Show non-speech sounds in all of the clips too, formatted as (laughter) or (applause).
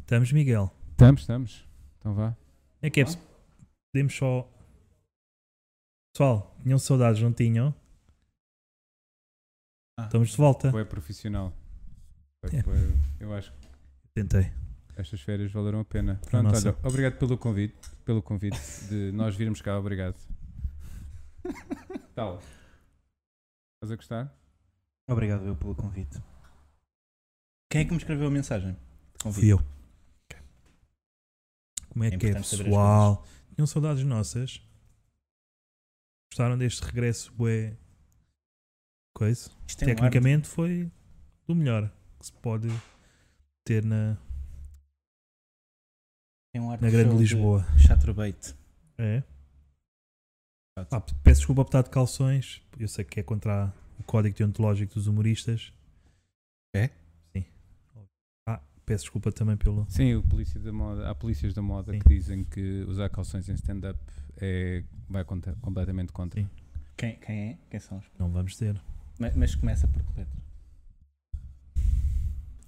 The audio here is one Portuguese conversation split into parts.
Estamos, Miguel. Estamos, estamos. Então vá. É que é, pessoal, podemos só. Pessoal, tinham saudades, não tinham? Ah. Estamos de volta. Foi profissional. Foi, É. bué- eu acho que Tentei. estas férias valeram a pena. Pronto, nossa. olha, obrigado pelo convite, pelo convite de nós virmos cá, obrigado. Tal. Estás a gostar? Obrigado eu pelo convite. Quem é que me escreveu a mensagem? de Fui Convite. eu. Como é, É que é, importante saber as pessoal? Tinham saudades nossas? Gostaram deste regresso, bué? Coisa? Isto tem um ar de- Tecnicamente foi o melhor que se pode ter na, tem um ar na de grande show de Lisboa. Chaturbate. É? Exato. Ah, peço desculpa por estar de calções. Eu sei que é contra o código deontológico dos humoristas. É? Sim. Ah, peço desculpa também pelo. Sim, o polícia da moda, há polícias da moda Sim. que dizem que usar calções em stand-up é, vai contra, completamente contra. Sim. Quem, quem é? Quem são os. Não vamos ter. Mas, mas começa por que letra?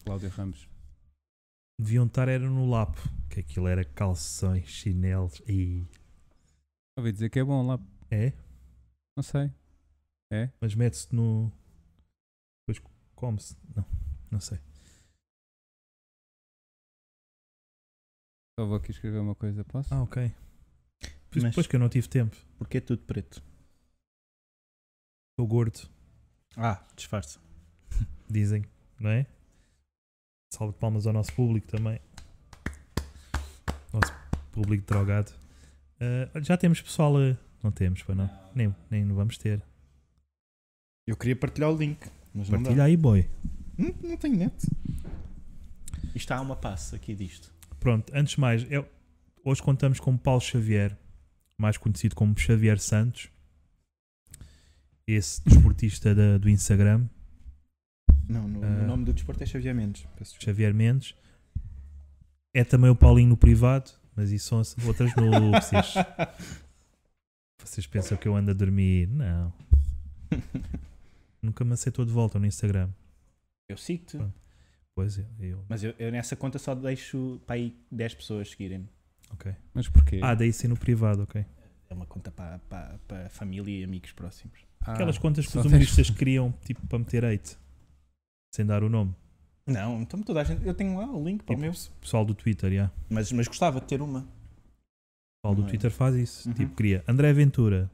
Cláudia Ramos. Deviam estar, era no Lapo, que aquilo era calções, chinelos e. Ouvi dizer que é bom lá, É? não sei. Mas mete-se no. Depois come-se. Não, não sei. Só vou aqui escrever uma coisa, posso? Ah, ok. Pois, Mas- Depois que eu não tive tempo. Porque é tudo preto. Estou gordo, Ah, disfarça. dizem, não é? Salve de palmas ao nosso público também. Nosso público drogado. Ah, olha, já temos pessoal. ah, não temos, pois não. Nem, nem vamos ter. Eu queria partilhar o link, mas não Partilha aí, boy. dá. Não, não tenho net. Isto há uma passe aqui disto. Pronto, antes de mais, eu- hoje contamos com Paulo Xavier, mais conhecido como Xavier Santos, esse desportista da- do Instagram, Não, no, Ah. o nome do desporto é Xavier Mendes. Peço desculpa. Xavier Mendes. É também o Paulinho no privado, mas isso são as- outras núpcias. Vocês pensam que eu ando a dormir? Não. Nunca me aceitou de volta no Instagram. (laughs) Eu sigo-te, Pois é, eu. mas eu, eu nessa conta só deixo para aí 10 pessoas seguirem-me. Mas porquê? Ah, daí ser no privado, ok. É uma conta para, para, para família e amigos próximos. Ah, Aquelas contas que só os tens- humoristas criam, tipo, para meter hate, sem dar o nome. Não, então toda a gente. Eu tenho lá o link para o Tipo, meu. Pessoal do Twitter, já. Mas, mas gostava de ter uma. pessoal do Não é? Twitter faz isso. Uhum. Tipo, cria André Ventura.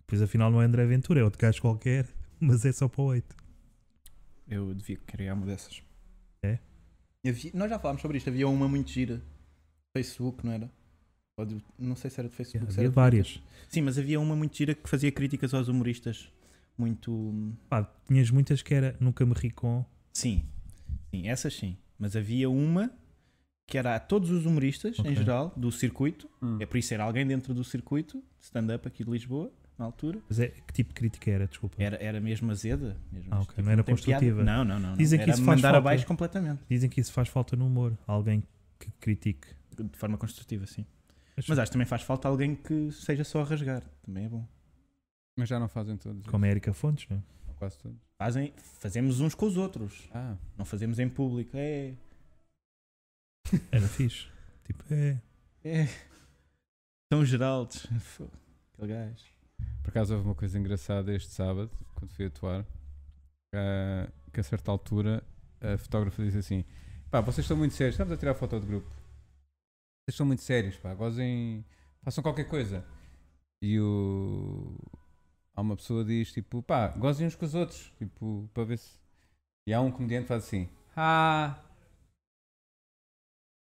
Depois afinal não é André Ventura, é outro gajo qualquer, (laughs) mas é só para o 8. Eu devia criar uma dessas. É? Havia- nós já falámos sobre isto. Havia uma muito gira. Facebook, não era? Ou do- não sei se era do Facebook. se Havia era do várias. Twitter. Sim, mas havia uma muito gira que fazia críticas aos humoristas. Muito. Pá, tinhas muitas que era Nunca me ri com. Sim. Sim, essas sim. Mas havia uma que era a todos os humoristas, Ok. em geral, do circuito. Hum. É por isso era alguém dentro do circuito, stand-up aqui de Lisboa, na altura. Mas é, que tipo de crítica era? Desculpa. Era, era mesmo azeda. Mesmo Ah, isto, ok. Não era tem piada. construtiva. Não, não, não. não. Dizem que era isso faz mandar falta. abaixo completamente. Dizem que isso faz falta no humor. Alguém que critique. De forma construtiva, sim. Mas acho que também faz falta alguém que seja só a rasgar. Também é bom. Mas já não fazem todos. Como a Erika Fontes, não é? ou Quase todos. Fazem, fazemos uns com os outros. Ah, Não fazemos em público. É. Era fixe. Tipo, é. É. São Geraldes. Fô, Aquele gajo. por acaso houve uma coisa engraçada este sábado, quando fui atuar, ah, que a certa altura a fotógrafa disse assim: pá, vocês estão muito sérios, estamos a tirar foto de grupo. Vocês estão muito sérios, pá, gozem, façam qualquer coisa. E o. Há uma pessoa diz tipo, pá, gozem uns com os outros, tipo, para ver se. E há um comediante que faz assim: ah.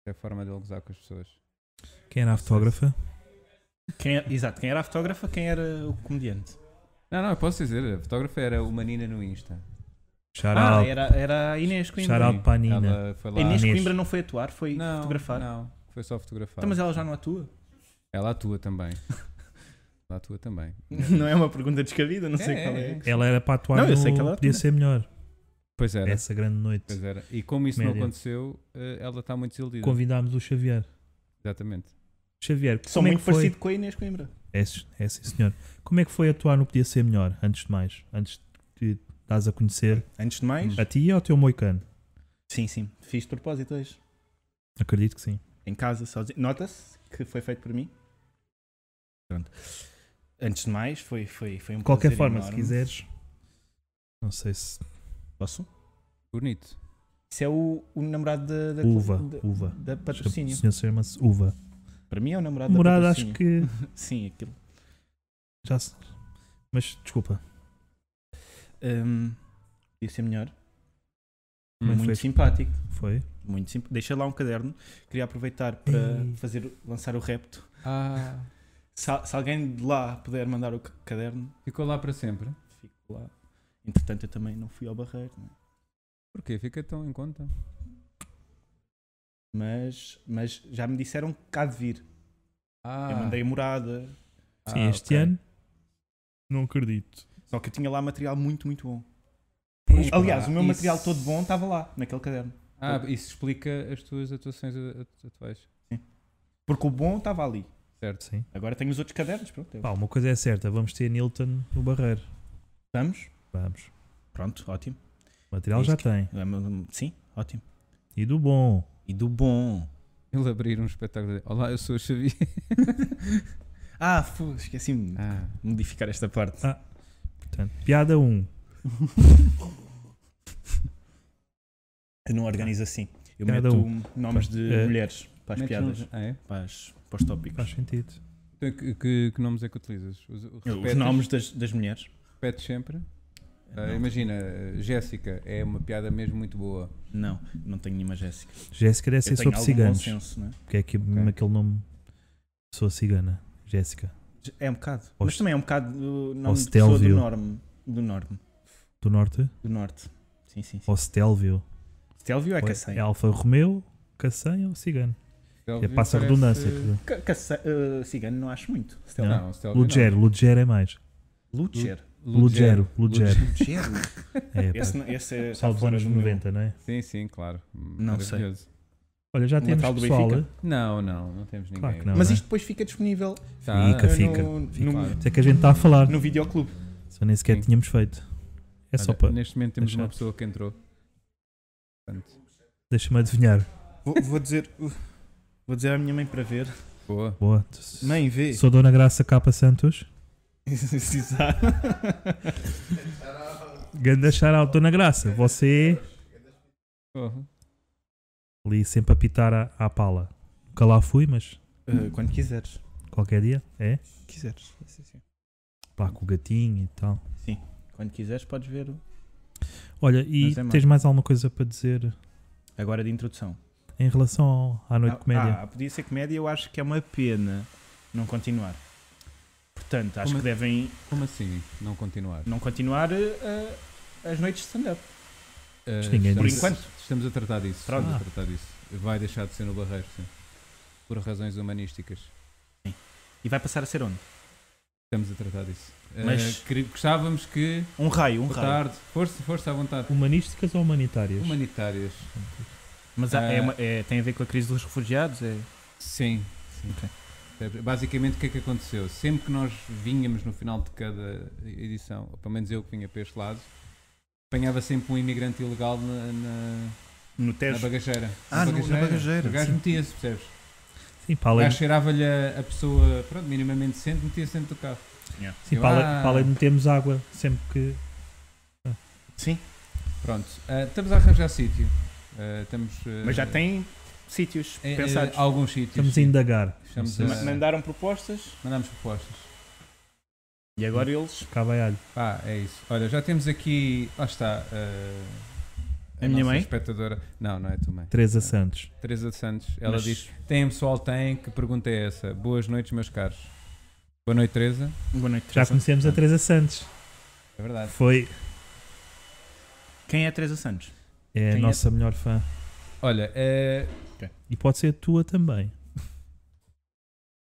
É a forma dele gozar com as pessoas. Quem era a fotógrafa? Quem era- exato. Quem era a fotógrafa, quem era o comediante? Não, não, eu posso dizer, a fotógrafa era uma Nina no Insta. Shout Ah, out. era, era a Inês Coimbra. Shout out para a Nina. Ela foi A lá. Inês Inês. Coimbra não foi atuar, foi não, fotografar. Não, foi só fotografar. Então, mas ela já (laughs) não atua? Ela atua também. ela atua também. Não é uma pergunta descabida, não sei É, qual é, é. é. Ela era para atuar Não, eu no- sei que ela Podia atua. ser melhor. Pois era. Essa grande noite. Pois era. E como isso não Média. aconteceu, eh, ela está muito desiludida. Convidámos o Xavier. Exatamente. Xavier, como São é que muito foi? parecido com a Inês Coimbra. É, sim- é sim, senhor. Como é que foi atuar no Podia Ser Melhor, antes de mais? Antes de te dares a conhecer Uhum. Antes de mais. a ti e ao teu moicano? Sim, sim. Fiz de propósito hoje. Acredito que sim. em casa sozinho. Nota-se que foi feito por mim. Pronto. Antes de mais, foi, foi, foi um De qualquer prazer forma, se enorme. quiseres. Não sei se. Posso? Bonito. Isso é o, o namorado da, da, Uva, da, uva. da O patrocínio. senhor chama-se Uva. Para mim é o namorado Morada, da acho patrocínio. que. Sim, aquilo. Já se... Mas desculpa. Hum, podia ser melhor. Também Muito foi- simpático. Foi? Muito simp... Deixa lá um caderno. Queria aproveitar para Ei. fazer, lançar o repto. Ah, Se, al- se alguém de lá puder mandar o ca- caderno, ficou lá para sempre. fico lá. Entretanto, eu também não fui ao barreiro. né? Porquê? Fica tão em conta. Mas, mas já me disseram que há de vir. Ah, Eu mandei a morada, ah, Sim, este ok. ano. Não acredito. Só que eu tinha lá material muito, muito bom. Pois, pá, Aliás, o meu isso- material todo bom estava lá, naquele caderno. Ah, isso explica as tuas atuações a- a- atuais. Porque o bom estava ali. Certo. Sim. Agora tenho os outros cadernos, pronto. eu- Pá, uma coisa é certa, vamos ter Nilton no barreiro. Estamos? Vamos. Pronto, ótimo. O material Isto já tem. Hum, Sim, ótimo. E do bom. E do bom. Ele abrir um espetáculo. de- Olá, eu sou o Xavier. Ah, fu, esqueci-me de Ah, modificar esta parte. Portanto, piada 1. (laughs) Eu não organizo assim. Eu Cada meto nomes de É. mulheres para as metes piadas, uns- Ah, é? para, as, um, para os tópicos. Faz sentido. Então, que, que- que nomes é que utilizas? Os, os Eu- Os repetes? nomes das, das mulheres. Repetes sempre? Ah, Não. imagina, eh, Jéssica é uma piada mesmo muito boa. Não, não tenho nenhuma Jéssica. Jéssica deve eu ser tenho sobre algum bom ciganos. senso, não é? Porque é que mesmo aquele nome. Pessoa cigana. Jéssica. É um bocado. Ou Mas se- também é um bocado do ou nome de se pessoa do Telvio. norte. Do norte. Do Norte. Do norte. Sim, sim, sim. Ou Stelvio. Stelvio é Ou Cacém. É Alfa Romeo, Cacém ou Cigano. É, Stelvio passa a parece- Então, redundância. quer dizer. né? Ca- Cacém- eh, cigano não acho muito. é Stelvio. Não, Stelvio Lugero. Lugero é mais. Não. Lucher. não. Lugero. Lugero. Lucher? É, esse, pá. não- esse é. Só está dos fora anos do meu- 90, não é? (laughs) Sim, sim, claro. Não sei. Maravilhoso. Olha, já Um temos lateral do pessoal. eh? Benfica? Não, não, não temos ninguém. Claro que não. Mas né? isto depois fica disponível Tá, Fica, eh, fica. no, Fica. no- Claro. Isso é que a gente está a falar. no videoclube. Só nem sequer Sim. tínhamos feito. É só Olha, para. Neste momento temos deixar. uma pessoa que entrou. Portanto, Deixa-me adivinhar. Vou, vou dizer. uh, Vou dizer à minha mãe para ver. boa. Boa. Mãe, vê. Sou Dona Graça Capa Santos. (laughs) Exato. Ganda shoutout, Dona Graça. Você Porra. ali sempre a pitar à, à pala. Nunca lá fui, mas Eh, quando quiseres. qualquer dia. É? Quiseres. Sim, sim. Lá com o gatinho e tal. Quando quiseres, podes ver. o- Olha, e Mas é mau. tens mais alguma coisa para dizer Agora de introdução. em relação ao- à noite Ah, de comédia? Ah, podia ser comédia, eu acho que é uma pena não continuar. Portanto, acho Como que devem Como assim? Não continuar? não continuar eh, eh, as noites de stand-up. Eh, Isto ninguém Por disse. Ah. enquanto. Estamos a tratar disso. Pronto. Estamos a tratar disso. Vai deixar de ser no Barreiro, sim. Por razões humanísticas. E vai passar a ser onde? Estamos a tratar disso. Eh, Mas- queri- gostávamos que. Um raio, um Boa raio. tarde. Força, força à vontade. ah. Humanísticas ou humanitárias? Humanitárias. Mas há- Ah. é uma- é- tem a ver com a crise dos refugiados? É... Sim. Basicamente, o que é que aconteceu? Sempre que nós vinhamos no final de cada edição, ou pelo menos eu que vinha para este lado, apanhava sempre um imigrante ilegal na, na- No na Tejo. bagageira. Ah, no- na bagageira, O gajo sim. metia-se, percebes? Sim, para O além, gajo cheirava-lhe a, a pessoa, pronto, minimamente decente, metia-se dentro do carro. sim, eu- para além- Ah. para além de termos água sempre que. Sim, Pronto, ah, estamos a arranjar sítio. Ah, estamos, ah, mas já tem sítios eh, eh, pensados. alguns sítios. Estamos a sim. indagar. Estamos Não a- sei Ma- Mandaram propostas Mandámos propostas. e agora eles. se Acaba alho. Pá, é isso. Olha, já temos aqui. Lá está. ah, A É minha nossa mãe? espectadora. Não, não é a tua mãe. Teresa Santos. Teresa de Santos. Ela Mas- diz: Tem pessoal, tem. Que pergunta é essa? Boas noites, meus caros. Boa noite, Teresa. Boa noite, Já Teresa. conhecemos a Teresa Santos. É verdade. Foi Quem é a Teresa Santos? é a Quem é? nossa melhor fã. Olha, é, E pode ser a tua também,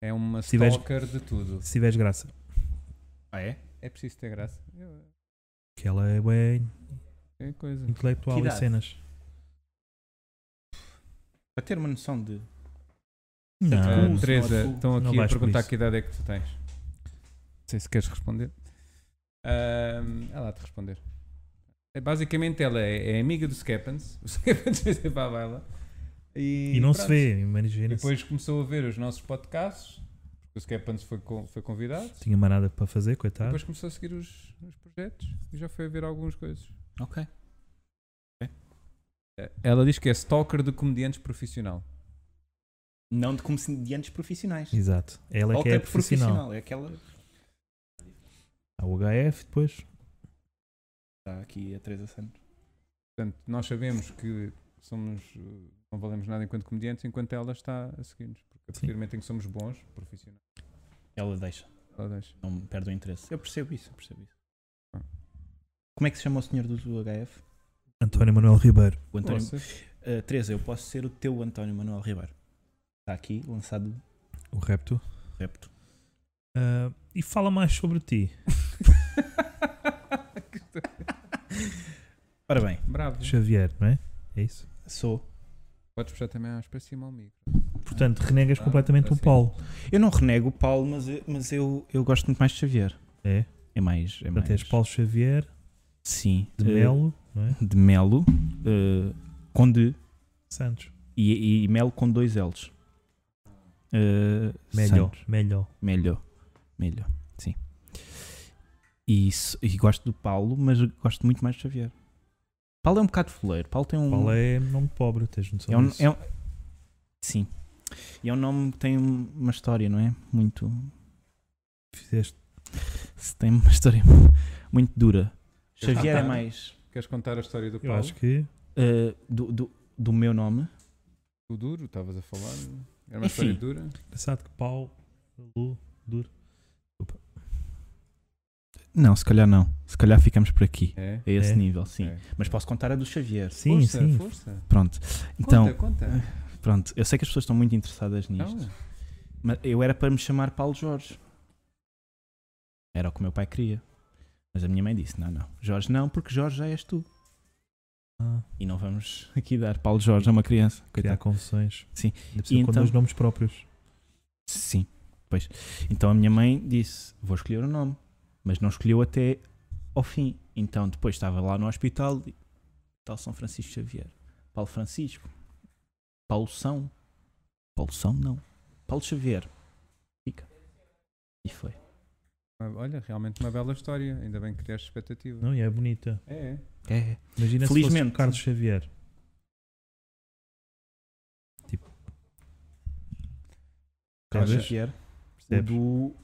é uma Se tiveres- stalker de tudo. se tiveres graça. Ah, é? É preciso ter graça. Eu- Que ela é bem É coisa. intelectual Que e idade? cenas. Para ter uma noção de. Não, Ah, Ah, Cruz, Teresa, Norte Sul. estão Não aqui a vais por perguntar isso. que idade é que tu tens. Não sei se queres responder. Ah, ela há de responder. (laughs) É, Basicamente, ela é, é amiga do Skeppens. O Skeppens vai sempre à baila. E, E não se pronto. vê, né? E imagina. depois começou a ver os nossos podcasts, porque o Skeppans foi, con- foi convidado. Tinha mais nada para fazer, E coitado. Depois começou a seguir os, os projetos e já foi a ver algumas coisas. Ok. Ela diz que é stalker de comediantes profissional. Não de comediantes profissionais. Exato. Ela é Ou que é profissional. É aquela. Há o HF depois. Está aqui a Teresa Santos. Portanto, nós sabemos que somos, uh, não valemos nada enquanto comediantes, enquanto ela está a seguir-nos. Porque a Sim. partir do momento em que somos bons, profissionais, Ela deixa. ela deixa. Não me perde o interesse. Eu percebo isso, eu percebo isso. Ah. Como é que se chama o senhor do UHF? António Manuel Ribeiro. O António. Vocês? Ah, Teresa, eu posso ser o teu António Manuel Ribeiro. Está aqui, lançado O repto. repto. Ah, e fala mais sobre ti. Ora bem, (laughs) Bravo. Xavier, não é? É isso? sou. Podes puxar também às para cima ao micro. Portanto, renegas Ah, completamente o assim. Paulo. Eu não renego o Paulo, mas, mas eu, eu gosto muito mais de Xavier. É? É mais. É Portanto, mais. és Paulo Xavier, Sim. de eh, Melo, não é? De Melo. eh, com de. Santos. E, e Melo com dois L's. Eh, Melhor, melhor. Melhor. Melhor, sim. E, s- e gosto do Paulo, mas gosto muito mais de Xavier. Paulo é um bocado fuleiro. Paulo tem um. Paulo é nome pobre, tens noção é um, disso? é um- Sim. E é um nome que tem um- uma história, não é? Muito. Fizeste se Tem uma (laughs) história muito dura. Xavier é Ah, tá. mais. Queres contar a história do Eu Paulo? acho que eh, do, do, do meu nome. O duro, estavas a falar. Era uma Enfim. história dura. engraçado que Paulo, Lu, Duro. Desculpa. Não, se calhar não. Se calhar ficamos por aqui. É. A esse É? nível, sim. É. Mas posso contar a do Xavier. Sim, força, sim. Força. Pronto. Então, conta, conta. Então, pronto. Eu sei que as pessoas estão muito interessadas nisto. Não, Mas eu era para me chamar Paulo Jorge. Era o que o meu pai queria. Mas a minha mãe disse: não, não. Jorge não, porque Jorge já és tu. Ah, E não vamos (laughs) aqui dar Paulo Jorge a uma criança. criar Coitado. confusões. Sim. Ainda por cima E com então- dois nomes próprios. Sim. Pois. Então a minha mãe disse: vou escolher o nome. Mas não escolheu até ao fim. Então depois estava lá no hospital. e- Tal São Francisco Xavier. Paulo Francisco. Paulo São. Paulo São não. Paulo Xavier. Fica. E foi. Ah, Olha, realmente uma bela história. Ainda bem que criaste expectativa. Não, e é bonita. É, é. É. Imagina se fosse Felizmente. Carlos Xavier. Tipo. Carlos Talvez. Xavier. O Percebes? do.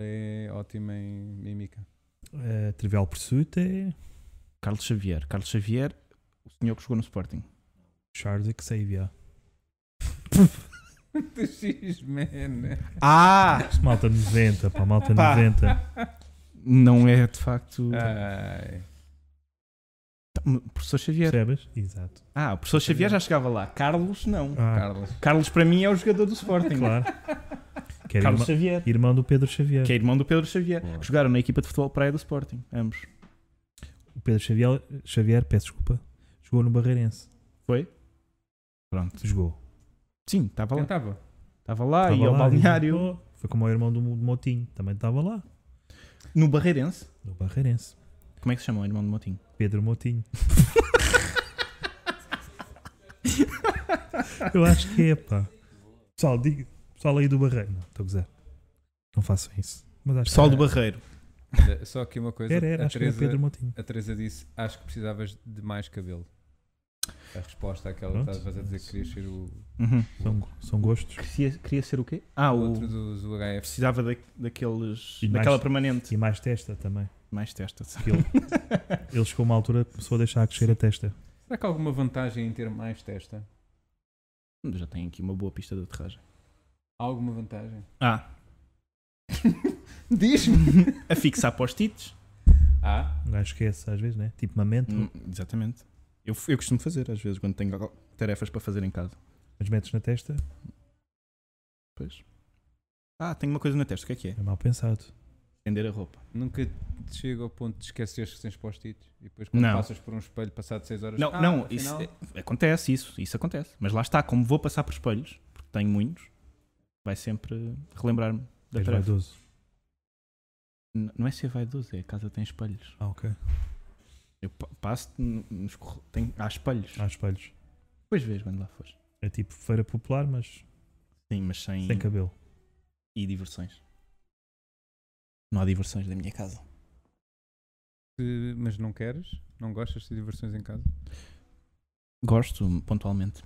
É ótima em mímica. (laughs) Eh, Trivial Pursuit é Carlos Xavier. Carlos Xavier, o senhor que jogou no Sporting. Charles Xavier. Do X-Men. Ah! Malta 90, pá, malta Pá. 90. (laughs) Não é de facto. Ai. Então, Professor Xavier. Percebes? Exato. Ah, o professor Xavier já chegava lá. Carlos, não. Ah, Carlos. Carlos, para mim, é o jogador do Sporting. claro. Que era Carlos irmã- Xavier. irmão do Pedro Xavier. Que é irmão do Pedro Xavier. Boa. que Jogaram na equipa de futebol praia do Sporting. Ambos. O Pedro Xavier, Xavier, peço desculpa, jogou no Barreirense. Foi? Pronto. Jogou. Sim, estava lá. Cantava. Estava lá e Tava ao lá, balneário. jogou. Foi como o irmão do Mo- do Motinho, também estava lá, No Barreirense. no Barreirense. Como é que se chama o irmão (laughs) do Motinho? Pedro Motinho. Eu acho que é, pá. Pessoal, diga, pessoal aí do Barreiro. Não, estou a gozar. Não façam isso. Mas acho Pessoal que do Barreiro. Olha, Só que uma coisa. era, era, a, acho que era Teresa, Pedro Motinho. a Teresa disse: Acho que precisavas de mais cabelo. A resposta àquela Pronto. estavas a dizer que querias ser o, Uhum. São, são gostos. Queria, queria ser o quê? Ah, o o. outro dos UHF. Precisava da, daqueles. E mais- daquela permanente. E mais testa também. Mais testa. sabe? Que ele, (laughs) ele chegou a uma altura que começou a deixar crescer a testa. Será que há alguma vantagem em ter mais testa? Já tem aqui uma boa pista de aterragem. Há alguma vantagem? Ah, Diz-me! a fixar post-its. Ah, Um gajo esquece às vezes, né? Tipo mamento, Hum, exatamente. Eu, eu costumo fazer, às vezes, quando tenho al- tarefas para fazer em casa. mas metes na testa, Pois. Ah, tenho uma coisa na testa, o que é que é? é mal pensado. Estender a roupa. nunca te chega ao ponto de esqueceres que tens post-its e depois quando Não. passas por um espelho passado 6 horas. Não, "Ah, não, isso afinal, é- acontece, isso, isso acontece. Mas lá está, como vou passar por espelhos, porque tenho muitos, vai sempre relembrar-me da És tarefa. vaidoso. N- Não é ser vaidoso, é a casa tem espelhos. Ah, ok. Eu pa- passo-te no- nos corre- tem- há espelhos. Há espelhos. Depois vês quando lá fores. É tipo feira popular, mas Sim, mas sem, sem cabelo. e diversões. Não há diversões da minha casa. Se- mas não queres? Não gostas de diversões em casa? Gosto (laughs) pontualmente.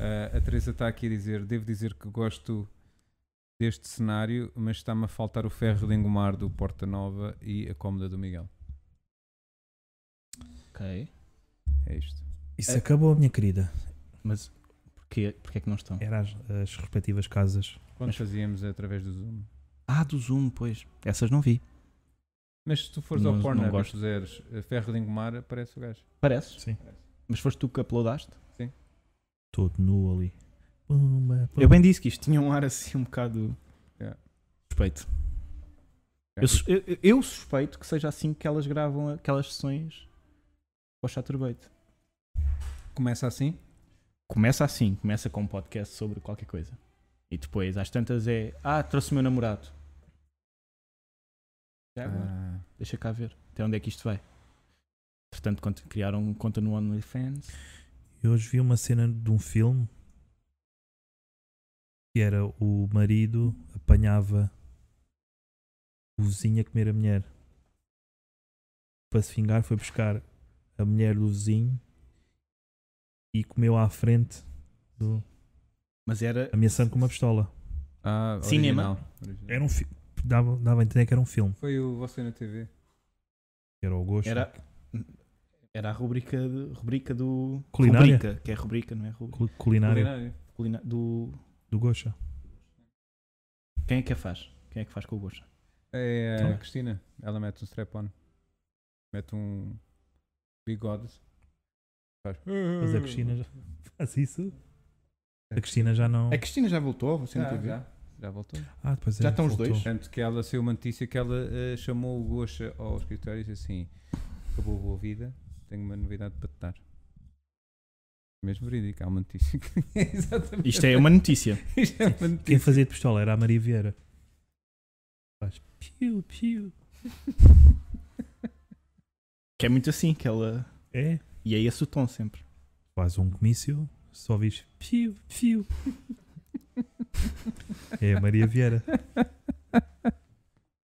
Ah, a Teresa está aqui a dizer: devo dizer que gosto deste cenário, mas está-me a faltar o ferro de engomar do Porta Nova e a cómoda do Miguel. Ok. É isto. Isso É. acabou, minha querida. Mas porquê, porquê é que não estão? Eram as, as respectivas casas. Quando Mas- fazíamos através do Zoom. Ah, do Zoom, pois. Essas não vi. Mas se tu fores Não- ao não Pornhub e gosto. puseres eh, ferro de engomar, aparece o gajo. Pareces. Sim. Mas foste tu que uploadaste? Todo nu ali. Uma- Eu bem disse que isto tinha um ar assim um bocado. Yeah. Suspeito. Eu, sus- eu- eu- eu suspeito que seja assim que elas gravam aquelas sessões para o Chaturbate. Começa assim? Começa assim, começa com um podcast sobre qualquer coisa. E depois, às tantas, é Ah, trouxe o meu namorado. Já agora. Ah, Deixa cá ver até onde é que isto vai. Portanto, cont- criaram um conta no OnlyFans. Eu hoje vi uma cena de um filme que era o marido apanhava o vizinho a comer a mulher. Para se fingar foi buscar a mulher do vizinho e comeu à frente do Mas era. ameaçando com uma pistola. ah, Cinema. original, original. Era um filme. Dava, dava a entender que era um filme. Foi o Você na TV. que Era o gosto. Era, era a rubrica, de- rubrica do. Culinária? Rubrica, que é rubrica, não é rubrica. Cul- culinário Culinário. Culina- do. do Gocha. Quem é que a faz? Quem é que faz com o gosto? É a Então é. Cristina. Ela mete um strap-on. Mete um bigode. Faz. Mas é a Cristina já (laughs) faz isso. A Cristina já não. A Cristina já voltou, você Ah, não Já, teve? já, já voltou. Ah, depois É Já ela estão os voltou. dois? Tanto que ela saiu uma notícia que ela eh, chamou o Gosha ao escritório e disse assim: Acabou a boa vida, tenho uma novidade para te dar. Mesmo verídico, há uma notícia que (laughs) é exatamente. Isto é uma notícia. (laughs) Isto é uma notícia. Quem fazia de pistola era a Maria Vieira. Faz piu, piu. Que é muito assim, que ela. É, E é esse o tom sempre. faz um comício, só ouvis piu, piu. É a Maria Vieira.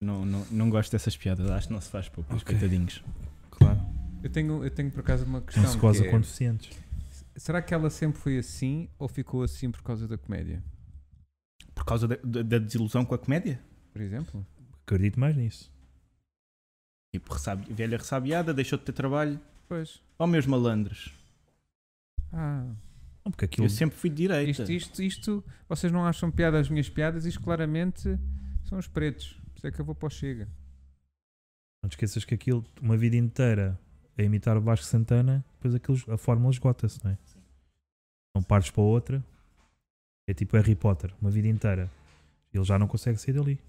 Não, não, não gosto dessas piadas, acho que não se faz pouco, os Ok. coitadinhos. Claro. Eu tenho, eu tenho por acaso uma questão. Não se goza que é, com deficientes. Será que ela sempre foi assim ou ficou assim por causa da comédia? Por causa da, da- da desilusão com a comédia? Por exemplo? Acredito mais nisso. Tipo, ressabi, velha ressabiada, deixou de ter trabalho. Pois. Ó meus malandros, Ah. Não, porque aquilo. eu sempre fui de direita. Isto, isto, isto, vocês não acham piada as minhas piadas, isto claramente são os pretos. Por isso é que eu vou para o Chega. Não te esqueças que aquilo, uma vida inteira a imitar o Vasco Santana, depois aquilo, a fórmula esgota-se, não é? Não partes para outra. É tipo Harry Potter, uma vida inteira. Ele já não consegue sair dali.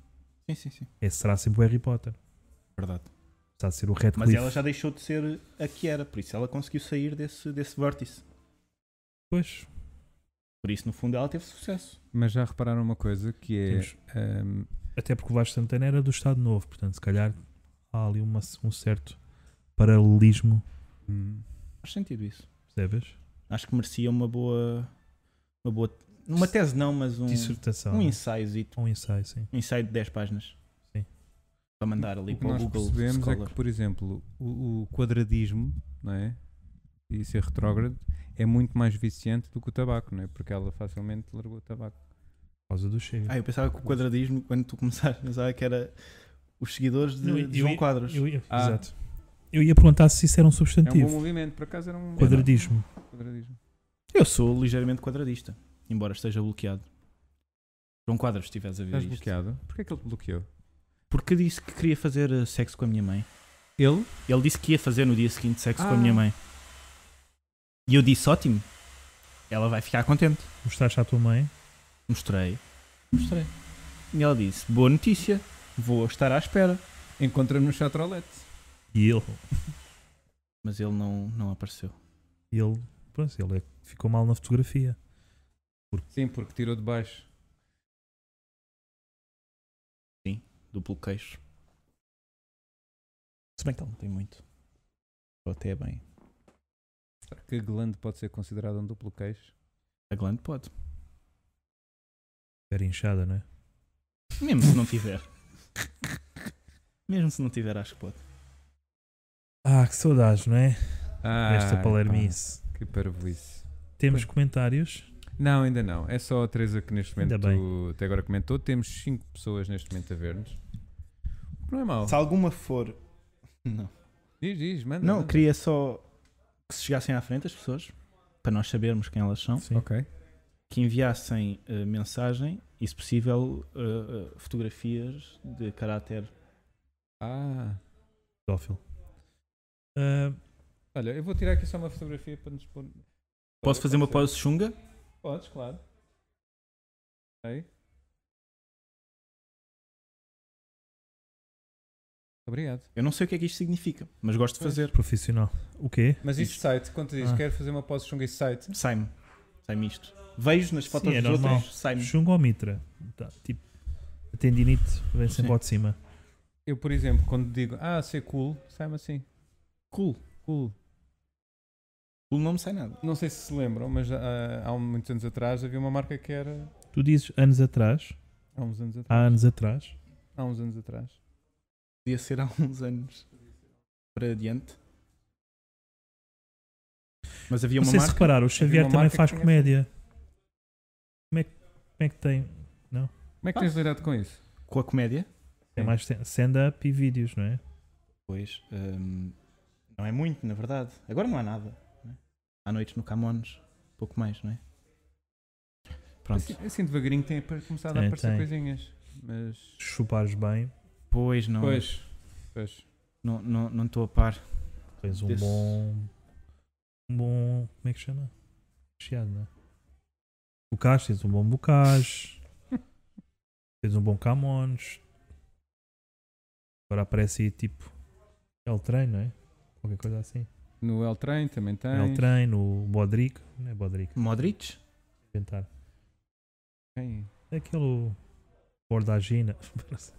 Sim, sim, sim. Esse será sempre o Harry Potter. Verdade. Está a ser o Mas Radcliffe. ela já deixou de ser a que era, por isso ela conseguiu sair desse, desse vórtice. Pois, Por isso, no fundo, ela teve sucesso. Mas já repararam uma coisa que é. Temos- ahm, Até porque o Vasco Santana era do Estado Novo, portanto, se calhar há ali uma- um certo paralelismo, hum, Faz sentido isso. percebes? Acho que merecia uma boa. Uma boa. Uma tese não, mas um. Dissertação. Um né? ensaiozito. Um ensaio, sim. Um ensaio de 10 páginas. Sim. Para mandar ali o que para o nós Google percebemos é Scholar. que, por exemplo, o, o quadradismo, não é? E ser retrógrado é muito mais viciante do que o tabaco, não é? Porque ela facilmente largou o tabaco. Por causa do Chega. Ah, eu pensava que o quadradismo, quando tu começaste, pensava que era os seguidores de, Não, eu- de João eu- Quadros. Eu ia, Ah. Exato. Eu ia perguntar se isso era um É um substantivo. bom movimento, por acaso era um Quadradismo. quadradismo. Eu sou ligeiramente quadradista, embora esteja bloqueado. João Quadros, se estiveres a ver Estás isto. bloqueado? Porquê é que ele te bloqueou? Porque disse que queria fazer uh, sexo com a minha mãe. Ele? Ele disse que ia fazer no dia seguinte sexo com Ah. a minha mãe. E eu disse: ótimo, ela vai ficar contente. Mostraste à tua mãe. Mostrei. Mostrei. E ela disse: boa notícia, vou estar à espera. Encontra-me no chatrolete. E ele. Mas ele não, não apareceu. Ele. Pronto, ele é que ficou mal na fotografia. Sim, porque tirou de baixo. Duplo queixo. Se bem que ele não tem muito. Ou até é bem. Será que a glande pode ser considerada um duplo queixo? A glande pode. Era inchada, não é? Mesmo se não tiver. (laughs) Mesmo se não tiver, acho que pode. Ah, que saudades, não é? Ah, Esta palermice. pá, Que parvoíce. Temos comentários. Não, ainda não. É só a Teresa que neste Ainda momento até agora comentou. Temos 5 pessoas neste momento a ver-nos. O que Não é mau. Se alguma for. Não. Diz, diz, manda. Não, manda. queria só que se chegassem à frente as pessoas, para nós sabermos quem elas são, Sim. Ok. que enviassem eh, mensagem e, se possível, eh, eh, fotografias de caráter. Ah, Pedófilo. Ah, olha, eu vou tirar aqui só uma fotografia para nos pôr. Posso fazer uma Pode pausa chunga? ser? Podes, claro. Aí. Obrigado. Eu não sei o que é que isto significa, mas gosto de Pois. fazer. profissional. O quê? Mas isto, site, quando tu dizes, Ah. quero fazer uma pós chunga e site. Sai-me. Sai-me isto. Vejo nas fotos é dos normal. outros, sai-me. Chungo ou mitra? Tá, tipo, a tendinite vem sempre Sim. ao de cima. Eu, por exemplo, quando digo, ah, ser cool, sai-me assim. Cool. Cool. Cool não me sai nada. Não sei se se lembram, mas ah, há muitos anos atrás havia uma marca que era. Tu dizes anos atrás, Há uns anos atrás. há anos atrás, Há uns anos atrás. Podia ser há uns anos para adiante. Mas havia uma Não sei se marca. repararam, o Havia Xavier uma também marca faz que tinha comédia. Como é, que- como é que tem? Como é que Ah. tens lidado com isso? Com a comédia? Tem Sim. É mais stand- stand-up e vídeos, não é? Pois. hum, não é muito, na verdade. Agora não há nada. não é? Há noites no Camões. Pouco mais, não é? Pronto. Assim, assim devagarinho tem apar- começado a Tem, aparecer tem. coisinhas. Mas. Se chupares bem, Pois, não estou Pois. Pois. não, não, não estou a par. tens um Desse- bom. Um bom. Como é que chama? Chiado, não é? Bocage, tens um bom bocage. tens um bom Camões. Agora aparece aí tipo. É o trem, não é? Qualquer coisa assim. No El Train também tem. É o trem, no Bodric. Não é Bodric, Modric? inventar. Tem. É aquele. Bordagina. (laughs)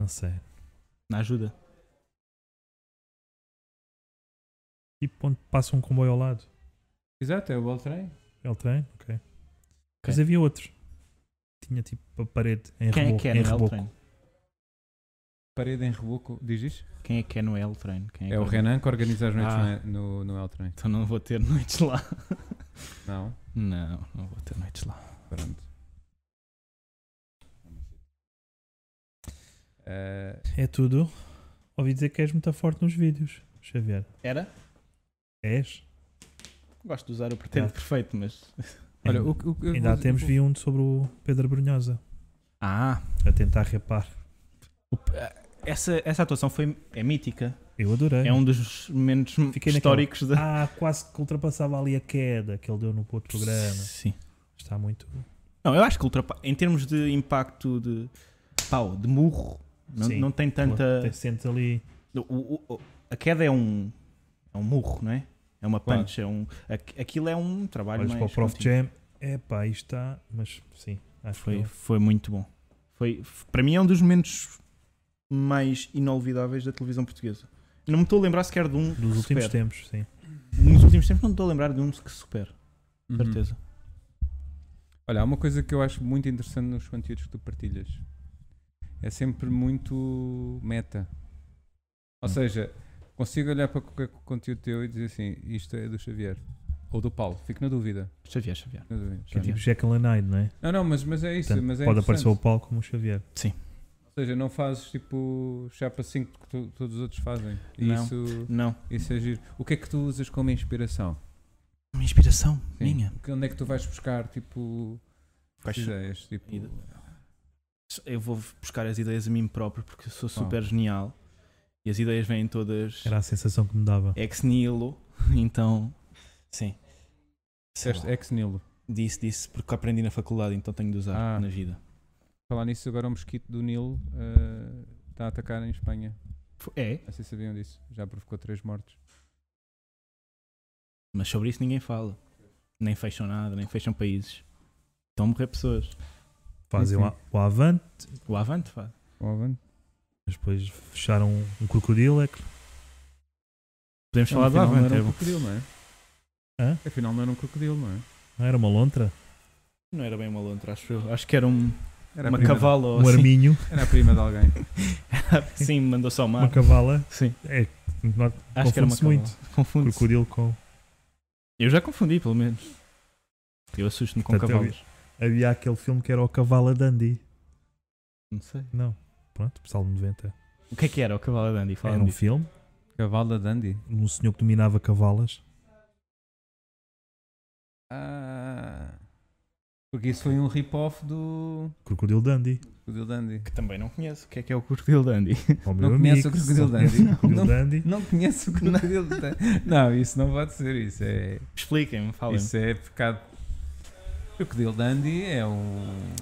não sei. Na ajuda. Tipo onde passa um comboio ao lado. Exato, é o El Train. É o trem? Ok. Mas havia outro. Tinha tipo a parede em Quem é reboco. que é em no reboco. L-Train? Parede em reboco. Diz isto? Quem é que é no L-Train? Quem É o que- Renan que organiza as noites Ah. na- no, no El Train. Então não vou ter (laughs) noites lá. Não? Não, não vou ter noites lá. Pronto. Ah, É tudo. Ouvi dizer que és muito forte nos vídeos, Xavier. Era? És? Gosto de usar o pretendo Tá. perfeito, mas. olha, Ainda- o, que- o, que eu ainda há vou- temos o- vi um sobre o Pedro Brunhosa Ah! eh, a tentar repar. Essa, essa atuação foi, é mítica. Eu adorei. É um dos momentos Fiquei naquela. históricos da. Ah, quase que ultrapassava ali a queda que ele deu no outro programa. Sim. Está muito. Não, eu acho que ultrapa... em termos de impacto de pau, de murro, não, Sim. não tem tanta. Tem- Sentes ali. o- o- o- a queda é um. É um murro, não é? É uma punch, é um. aqu- Aquilo é um trabalho Olhas mais para o Prof. contínuo. Jam. É pá, isto está. Mas sim, acho Foi, um que foi muito bom. Foi, f- para mim é um dos momentos mais inolvidáveis da televisão portuguesa. Não me estou a lembrar sequer de um dos que últimos supere. tempos, sim. Nos últimos tempos não me estou a lembrar de um que supera, Uhum. certeza. Olha, há uma coisa que eu acho muito interessante nos conteúdos que tu partilhas. É sempre muito meta. Ou Hum. seja, consigo olhar para qualquer conteúdo teu e dizer assim, isto é do Xavier. Ou do Paulo, fico na dúvida. Xavier, Xavier. na dúvida. Que é Xavier. tipo Jekyll and Hyde, não é? Não, não, mas, mas é isso. Portanto, mas é pode aparecer o interessante. Paulo como o Xavier. Ou seja, não fazes tipo chapa 5 que tu- todos os outros fazem. E Não. Isso, Não. isso é giro. O que é que tu usas como inspiração? Uma inspiração Sim. minha. Que- Onde é que tu vais buscar tipo Quais são? ideias? Tipo, Ide- Eu vou buscar as ideias a mim próprio porque eu sou Bom. super genial e as ideias vêm todas Era a sensação que me dava. ex nihilo. (laughs) Então, sim. Sei disseste lá. ex nilo. Disse, disse, porque aprendi na faculdade, então tenho de usar Ah. na vida. Falar nisso, agora o mosquito do Nilo eh, está a atacar em Espanha. É, Não sei se sabiam disso. Já provocou três mortes. mas sobre isso ninguém fala. Nem fecham nada, nem fecham países. Estão a morrer pessoas. Fazem o Enfim. a- o avante. O avante, faz. Ovan. Mas depois fecharam um crocodilo, é que. Podemos Não, falar de afinal não Avante. era é um bom. crocodilo, não é? Hã? Afinal não era um crocodilo, não é? Não era uma lontra? Não era bem uma lontra, acho eu. Acho que era um, Era a uma prima de- cavala ou É um assim. arminho, Era a prima de alguém. (laughs) Sim, mandou só uma. uma cavala. Sim, É, não, acho que era uma Confunde-se muito. cavala. Confunde-se. crocodilo com. Eu já confundi, pelo menos. Eu assusto-me com Portanto, é eu- cavalos. Havia aquele filme que era o Cavalo a Dandy. Não sei. Não. Pronto, pessoal de 90. O que é que era o cavalo de Andy? Fala Era um filme, (laughs) Cavala Dandy. um senhor que dominava cavalas. Ah. Porque isso foi um rip-off do Crocodilo Dandy. Crocodilo Dandy. que também não conheço. O que é que é o crocodilo de Andy? (laughs) Ao meu conhece amigo, o (laughs) não Crocodilo (laughs) conhece o Dundee? Crocodilo Não. Dundee. Não conheço o Crocodilo Dandy. Não, isso não pode ser. Isso é, Expliquem-me, falem-me. isso é pecado. Crocodilo Dandy é um.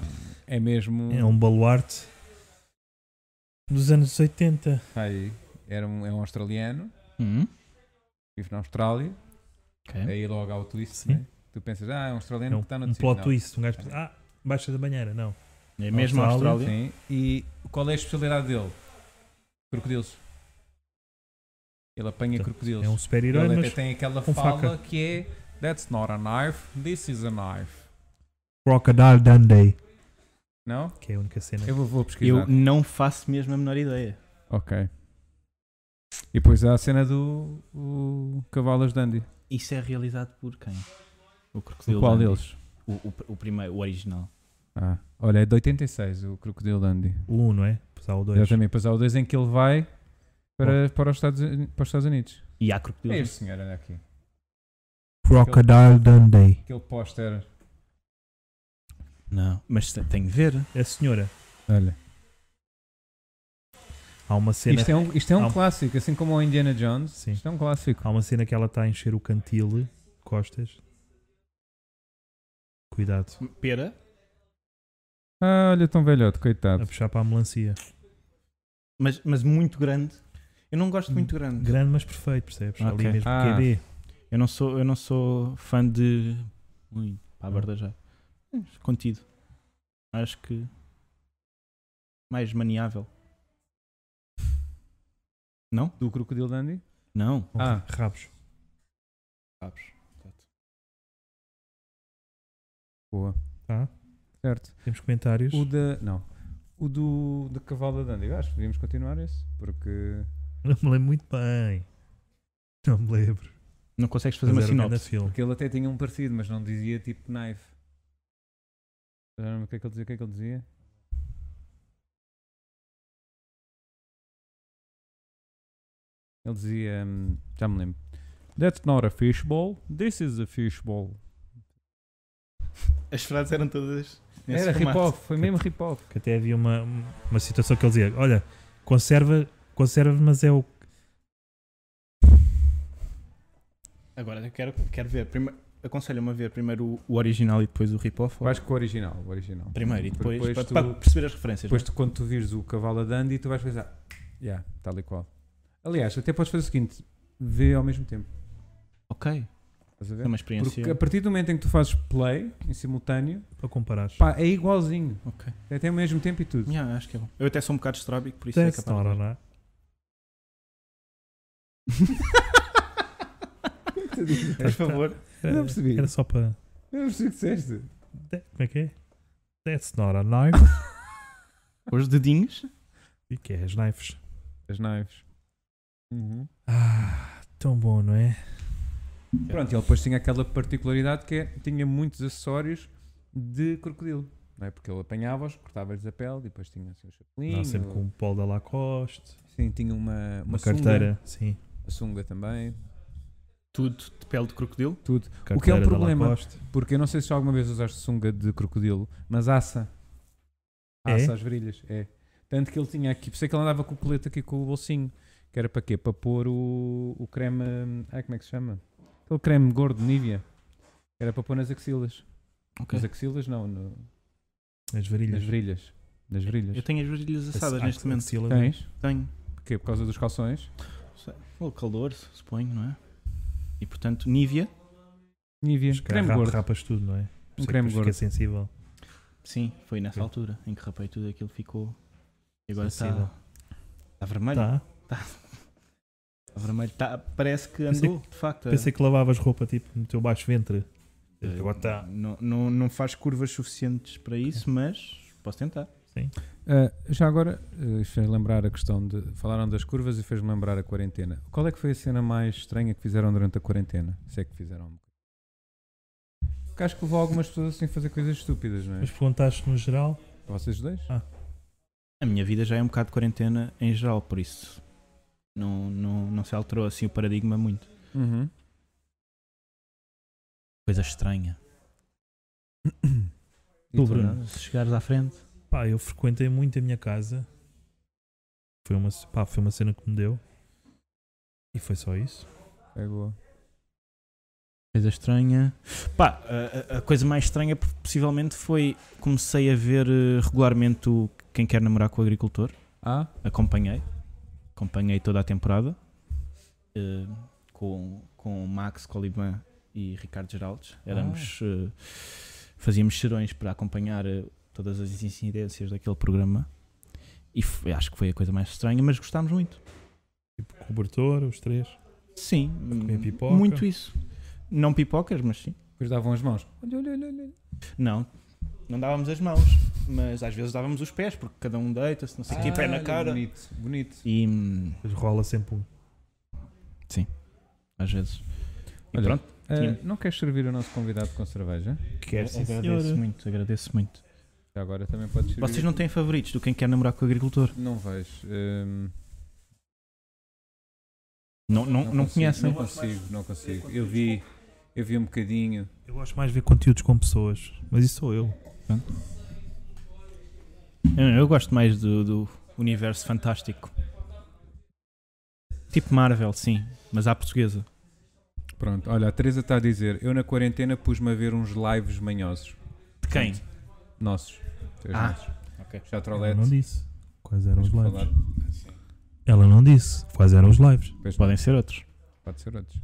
É mesmo. É um baluarte dos anos 80. Tá aí. Era um, é um australiano. Hum? Vive na Austrália. É Ok. Aí logo há o twist, É? Sim. né? Tu pensas, ah, é um australiano É um, que está no um tecido. plot Não. twist. Um gajo pensa, ah, baixa da banheira. Não. É mesmo a Austrália, Austrália. Sim. E qual é a especialidade dele? Crocodilos. Ele apanha Portanto, crocodilos. É um super-herói, Ele mas até tem aquela com fala faca. que é That's not a knife, this is a knife. Crocodile Dundee. Não? Que é a única cena. Eu vou, vou pesquisar. Eu não faço mesmo a menor ideia. Ok. E depois há a cena do o Cavalas Dandy. Isso é realizado por quem? O crocodilo O qual Dundee. deles? O, o- o primeiro, o original. Ah, olha, é de 86 o Crocodilo Dandy. O 1, não é? Depois há o 2. Exatamente. Depois há o 2 em que ele vai para, para, os, Estados, para os Estados Unidos. E há crocodilos. É este senhor, olha aqui. Crocodile Dundee. Aquele póster. Não, mas te- tenho de ver. A senhora. Olha. Há uma cena. Isto é um, isto é um Há um- clássico, assim como o Indiana Jones. Sim. Isto é um clássico. Há uma cena que ela está a encher o cantil de costas. Cuidado. Pera? Ah, olha, tão velhote, A coitado. puxar para a melancia. Mas, mas muito grande. Eu não gosto de muito grande. Grande, mas perfeito, percebes? Ah, ok. Ali mesmo é Ah. QB. Eu não sou, eu não sou fã de. Ui, pá, barda já. Mas Hum, Contido. Acho que. Mais maniável. Não? Do Crocodilo Dandy? Não. Ah. Rabos. Boa. Tá. Certo. Temos comentários. O da. Não. O do de Cavalo da Dandy. Eu acho que devíamos continuar esse. Porque. (laughs) Não me lembro muito bem. Não me lembro. Não consegues fazer uma Mas era um grande sinopse. filme. Porque ele até tinha um parecido, mas não dizia tipo knife. Já não lembro O que é que ele dizia? O que é que ele dizia? Ele dizia. hum, já me lembro. That's not a fishbowl. This is a fishbowl. As frases eram todas. nesse Era formato. rip-off. Foi mesmo rip-off. Que até havia uma, uma situação que ele dizia: Olha, conserva, conserva, mas é o. Agora eu quero, quero ver. Primeiro, aconselho-me a ver primeiro o, o original e depois o rip-off. Eu acho que o original. O original. Primeiro e Porque depois. para, tu- para perceber as referências. Depois, não é? tu, quando tu vires o cavalo a Dandy, tu vais pensar, yeah, tal e qual. Aliás, até podes fazer o seguinte: vê ao mesmo tempo. é? Ok. Estás a É ver? uma experiência. Porque a partir do momento em que tu fazes play em simultâneo, Para comparar. pá, é igualzinho. Ok. É até ao mesmo tempo e tudo. Yeah, acho que é bom. Eu até sou um bocado estróbico, por isso é That's capaz. not a- (laughs) Por favor. Eu não percebi. Era só para. Eu não percebi É o que disseste. That- Como é que é? That's not a knife. Os dedinhos. e que é? (laughs) As Uhum. knives. As knives. Ah, tão bom, não é? Pronto, ele depois tinha aquela particularidade que é, tinha muitos acessórios de crocodilo. Não é? Porque ele apanhava-os, cortava-lhes a pele e depois tinha assim, o chapelinho. Não, sempre com o polo da Lacoste. Sim, tinha uma, uma, Uma, sunga. carteira. Sim. A sunga também. Tudo de pele de crocodilo. Carteira que é um da problema. Lacoste. Porque eu não sei se já alguma vez usaste sunga de crocodilo, mas assa. Assa É? às virilhas, é. Tanto que ele tinha aqui, por isso é que ele andava com o colete aqui com o bolsinho. Que era para quê? Para pôr o, o creme. Ai, como é que se chama? Aquele creme gordo, Nivea. Era para pôr nas axilas. Ok. Nas axilas, não, no- As nas varilhas. virilhas. Nas virilhas. Eu tenho as varilhas assadas Ax- neste momento. axila- Tens? Tenho. Porquê? Por causa dos calções? Sei. O calor, suponho, não é? E portanto, Nívia. Nivea. Acho que Creme rap- gordo. Rapas tudo, não é? Um Sei que creme depois gordo. Fica sensível. Sim, foi nessa Ok. altura em que rapei tudo aquilo ficou. E agora está. Sensível. Está vermelho? Tá. Está vermelho. Tá, parece que Pensei andou, de facto. é. Pensei que lavavas roupa tipo no teu baixo ventre. Eh, Agora tá. está. Não, não, não faz curvas suficientes para isso, mas posso tentar. Ah, já agora, ah, isto fez lembrar a questão de. Falaram das curvas e fez-me lembrar a quarentena. Qual é que foi a cena mais estranha que fizeram durante a quarentena? Se é que fizeram. Porque acho que levou algumas pessoas assim a fazer coisas estúpidas, não é? Mas perguntaste no geral. Vocês dois? Ah, A minha vida já é um bocado de quarentena em geral, por isso não, não, não se alterou assim o paradigma muito. Uhum. Coisa estranha. E Tu, tu, Bruno, não? se chegares à frente. Pá, eu frequentei muito a minha casa. Foi uma, pá, foi uma cena que me deu. E foi só isso. É boa. Coisa estranha. Pá, a- a, a coisa mais estranha p- possivelmente foi comecei a ver eh, regularmente o Quem Quer Namorar com o Agricultor. Ah, Acompanhei. Acompanhei toda a temporada. eh, com, com o Max Coliban e Ricardo Geraldes. Ah. Éramos. eh, fazíamos serões para acompanhar eh, todas as incidências daquele programa. E foi- acho que foi a coisa mais estranha, mas gostámos muito. Tipo, cobertor, os três. Sim, comer hum, pipoca. muito isso. Não pipocas, mas sim. depois davam as mãos. Olha, olha, olha, olha. Não, não dávamos as mãos, mas às vezes dávamos os pés, porque cada um deita-se, não sei o quê, pé na olha, cara. Ah, Bonito, bonito. E hum, Depois rola sempre um. às vezes. E Olha, pronto, Ah, Tinha- não queres servir o nosso convidado com cerveja? quero sim, agradeço senhora. muito, agradeço muito. Já agora também podes servir. Vocês não têm favoritos do quem quer namorar com o agricultor? Não vejo. hum, Não, não, não, consigo, conhecem? Não consigo, não consigo. Eu vi, eu vi um bocadinho. Eu gosto mais de ver conteúdos com pessoas. Mas isso sou eu. Eu, eu gosto mais do, do universo fantástico. Tipo Marvel, sim, mas à portuguesa. Pronto, olha, a Teresa está a dizer: eu na quarentena pus-me a ver uns lives manhosos. De quem? Nossos. Três Ah, nossos. ok. Já Ela trolete. não disse. Quais eram os Tens de lives? falar. Ah, Ela não disse. Quais eram os lives? Depois Podem ser outros. Pode ser outros.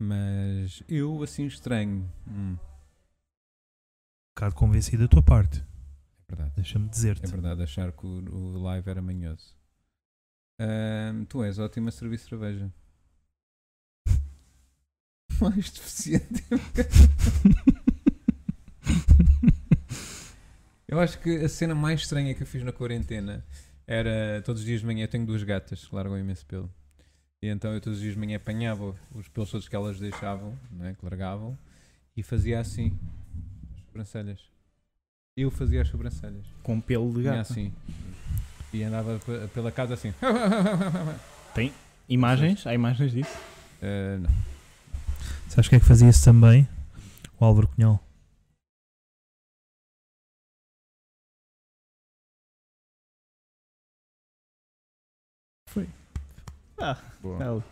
Mas eu, assim, estranho. Hum, Um bocado convencido da tua parte. é verdade. Deixa-me É dizer-te. verdade, achar que o, o live era manhoso. Ahm, tu és ótimo a servir cerveja. (laughs) Mais deficiente. (laughs) Eu acho que a cena mais estranha que eu fiz na quarentena era todos os dias de manhã eu tenho duas gatas que largam imenso pelo. E então eu todos os dias de manhã apanhava os pelos todos que elas deixavam, não é? que largavam, e fazia assim, as sobrancelhas. Eu fazia as sobrancelhas. Com pelo de Tinha gato. assim. E andava pe- pela casa assim. (laughs) Imagens? Há imagens disso? Eh, não. Sabes quem é que fazia isso também? O Álvaro Cunhal. Boa.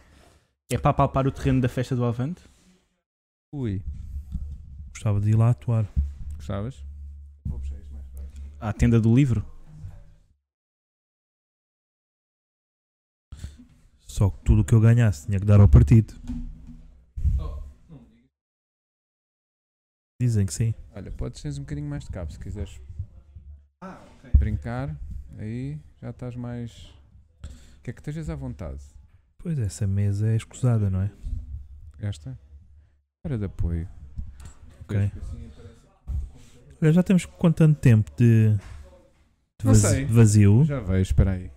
É para palpar o terreno da festa do Avante? Ui. Gostava de ir lá atuar. Gostavas? À tenda do livro? Só que tudo o que eu ganhasse tinha que dar ao partido. Dizem que sim. Olha, podes teres um bocadinho mais de cabo se quiseres. Brincar, aí já estás mais. Quer que estejas à vontade. Pois essa mesa é escusada, não é? Esta? Era de apoio. assim, Ok. Olha, já temos com tanto tempo de, de Não vazi- sei. vazio. Já vejo, espera aí.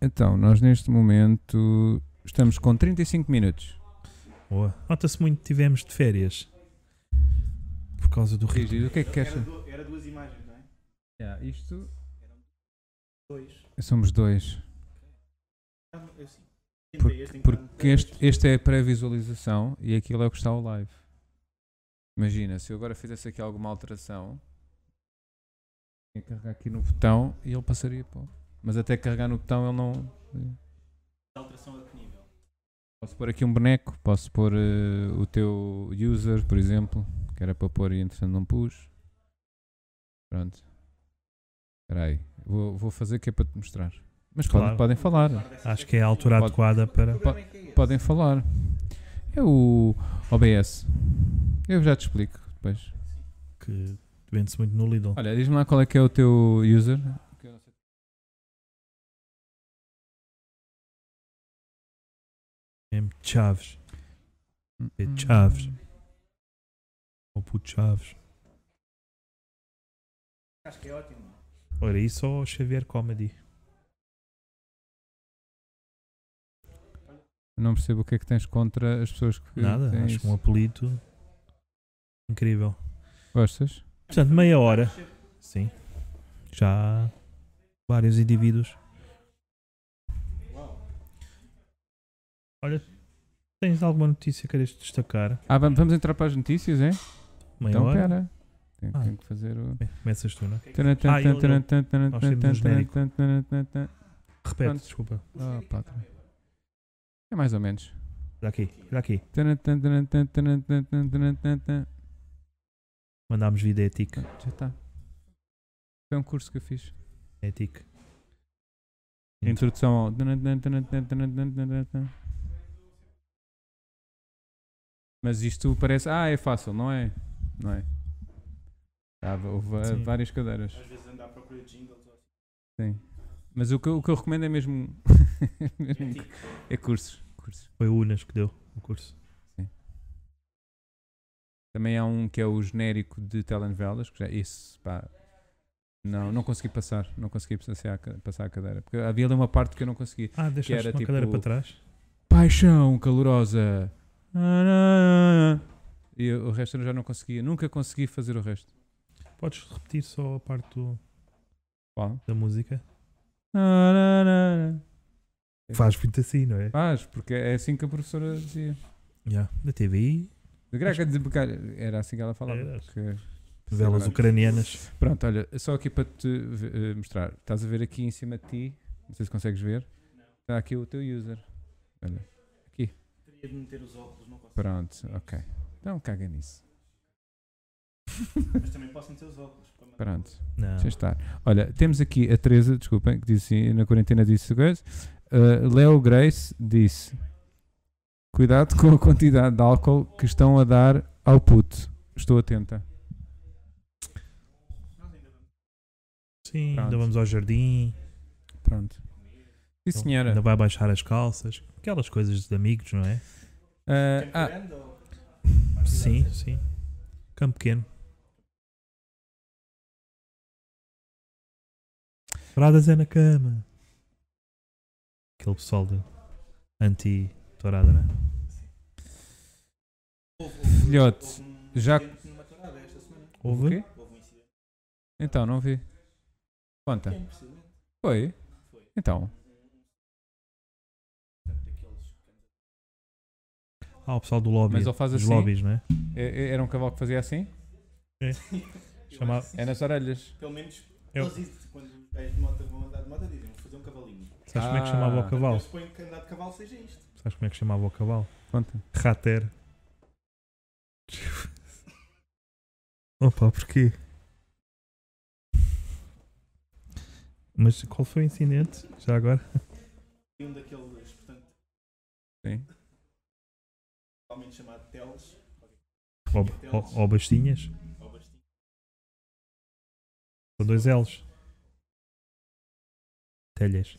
Então, nós neste momento estamos com 35 minutos. Boa. Nota-se muito que tivemos de férias. Por causa do ritmo. Rígido, o que é que queres? duas imagens, não é? Yeah, isto. Dois. Somos dois. Ah, Eu sim. Porque né? este, este é a pré-visualização e aquilo é o que está ao live. Imagina, se eu agora fizesse aqui alguma alteração, ia carregar aqui no botão e ele passaria para. o- Mas até carregar no botão ele não. Posso pôr aqui um boneco, posso pôr eh, o teu user, por exemplo, que era para pôr e entretanto não pus. Pronto. Espera aí, vou, vou fazer que é para te mostrar. Mas podem- Claro. podem falar. Acho que é a altura Pode- adequada para. Podem falar. É o OBS. Eu já te explico depois. que Vende-se muito no Lidl. Olha, diz-me lá qual é que é o teu user. Mesmo Chaves. É Hum. Chaves. Ou puto Oh, Chaves. Acho que é ótimo. Ora, isso ou Xavier Comedy? Não percebo o que é que tens contra as pessoas que Nada, têm acho isso. um apelido incrível. Gostas? Portanto, meia hora. Sim. Já há vários indivíduos. Olha, tens alguma notícia que queres destacar? Ah, vamos, vamos entrar para as notícias, é? Meia Então, hora? pera. Tenho, Ah. tenho que fazer o... Bem, Começas tu, não é? Tanatan, eu- eu- tanatan, nós temos um tanatan, genérico. tanatan, tanatan. Repete, Pronto. desculpa. Ah, pá, tá. É mais ou menos. Olha aqui, olha aqui. Tanatan, tanatan, tanatan, tanatan, tanatan. Mandámos vida ética. Ah, Já está. Foi um curso que eu fiz. Ética. Introdução ao. Mas isto parece. Ah, é fácil, não é? Não é? Ah, houve ah, Sim. várias cadeiras. Sim. Mas o que, eu- o que eu recomendo é mesmo. (laughs) mesmo cu- é cursos. cursos. Foi o Unas que deu o curso. Também há um que é o genérico de telenovelas, que já. Isso, pá. Não, não consegui passar. Não consegui passar a, ca- passar a cadeira. Porque havia ali uma parte que eu não consegui. Ah, deixaste era uma tipo- cadeira para trás? paixão calorosa. Na, na, na. E o resto eu já não conseguia, nunca consegui fazer o resto. Podes repetir só a parte do- Qual? da música? Na, na, na, na. Faz muito assim, não é? Faz, porque é assim que a professora dizia. Já. Da TVI, De greca de bocado. Era assim que ela falava. Era. porque- novelas ucranianas. Pronto, olha, só aqui para te eh, mostrar. Estás a ver aqui em cima de ti, não sei se consegues ver. Está aqui o teu user. Olha, aqui. Pronto, ok. Então caga nisso. (laughs) Mas também posso meter os óculos. Pronto. Não. Deixa estar. Olha, temos aqui a Teresa, desculpem, que disse assim, na quarentena disse coisa. Uh, Leo Grace disse: Cuidado com a quantidade de álcool que estão a dar ao puto. Estou atenta. Sim, ainda Pronto. vamos ao jardim. Pronto. Sim, senhora. Então, Ainda vai baixar as calças. Aquelas coisas de amigos, não é? Uh, ah, Sim, sim. Campo pequeno. Touradas é na cama. Aquele pessoal de anti-tourada, né? filhote. Já. Houve? O quê? Então, não vi. Conta. Foi? Então. Ah, o pessoal do lobby. Mas ele faz Os assim? lobbies, não é? É- é- Era um cavalo que fazia assim? Chamava... É nas orelhas. Pelo menos Eu- eles dizem quando os gajos de moto vão andar de moto dizem, vou fazer um cavalinho. Sabes como é que chamava o Ah. Eu cavalo? suponho que andar de cavalo seja isto. Sabes como é que chamava o cavalo? Conta. Rater. Opa, porquê? Mas qual foi o incidente? Já agora? E um daqueles, portanto, Sim. totalmente chamado Teles, Ou, ou, ou bastinhas? ou Bastinho. Com dois L's. Telhas.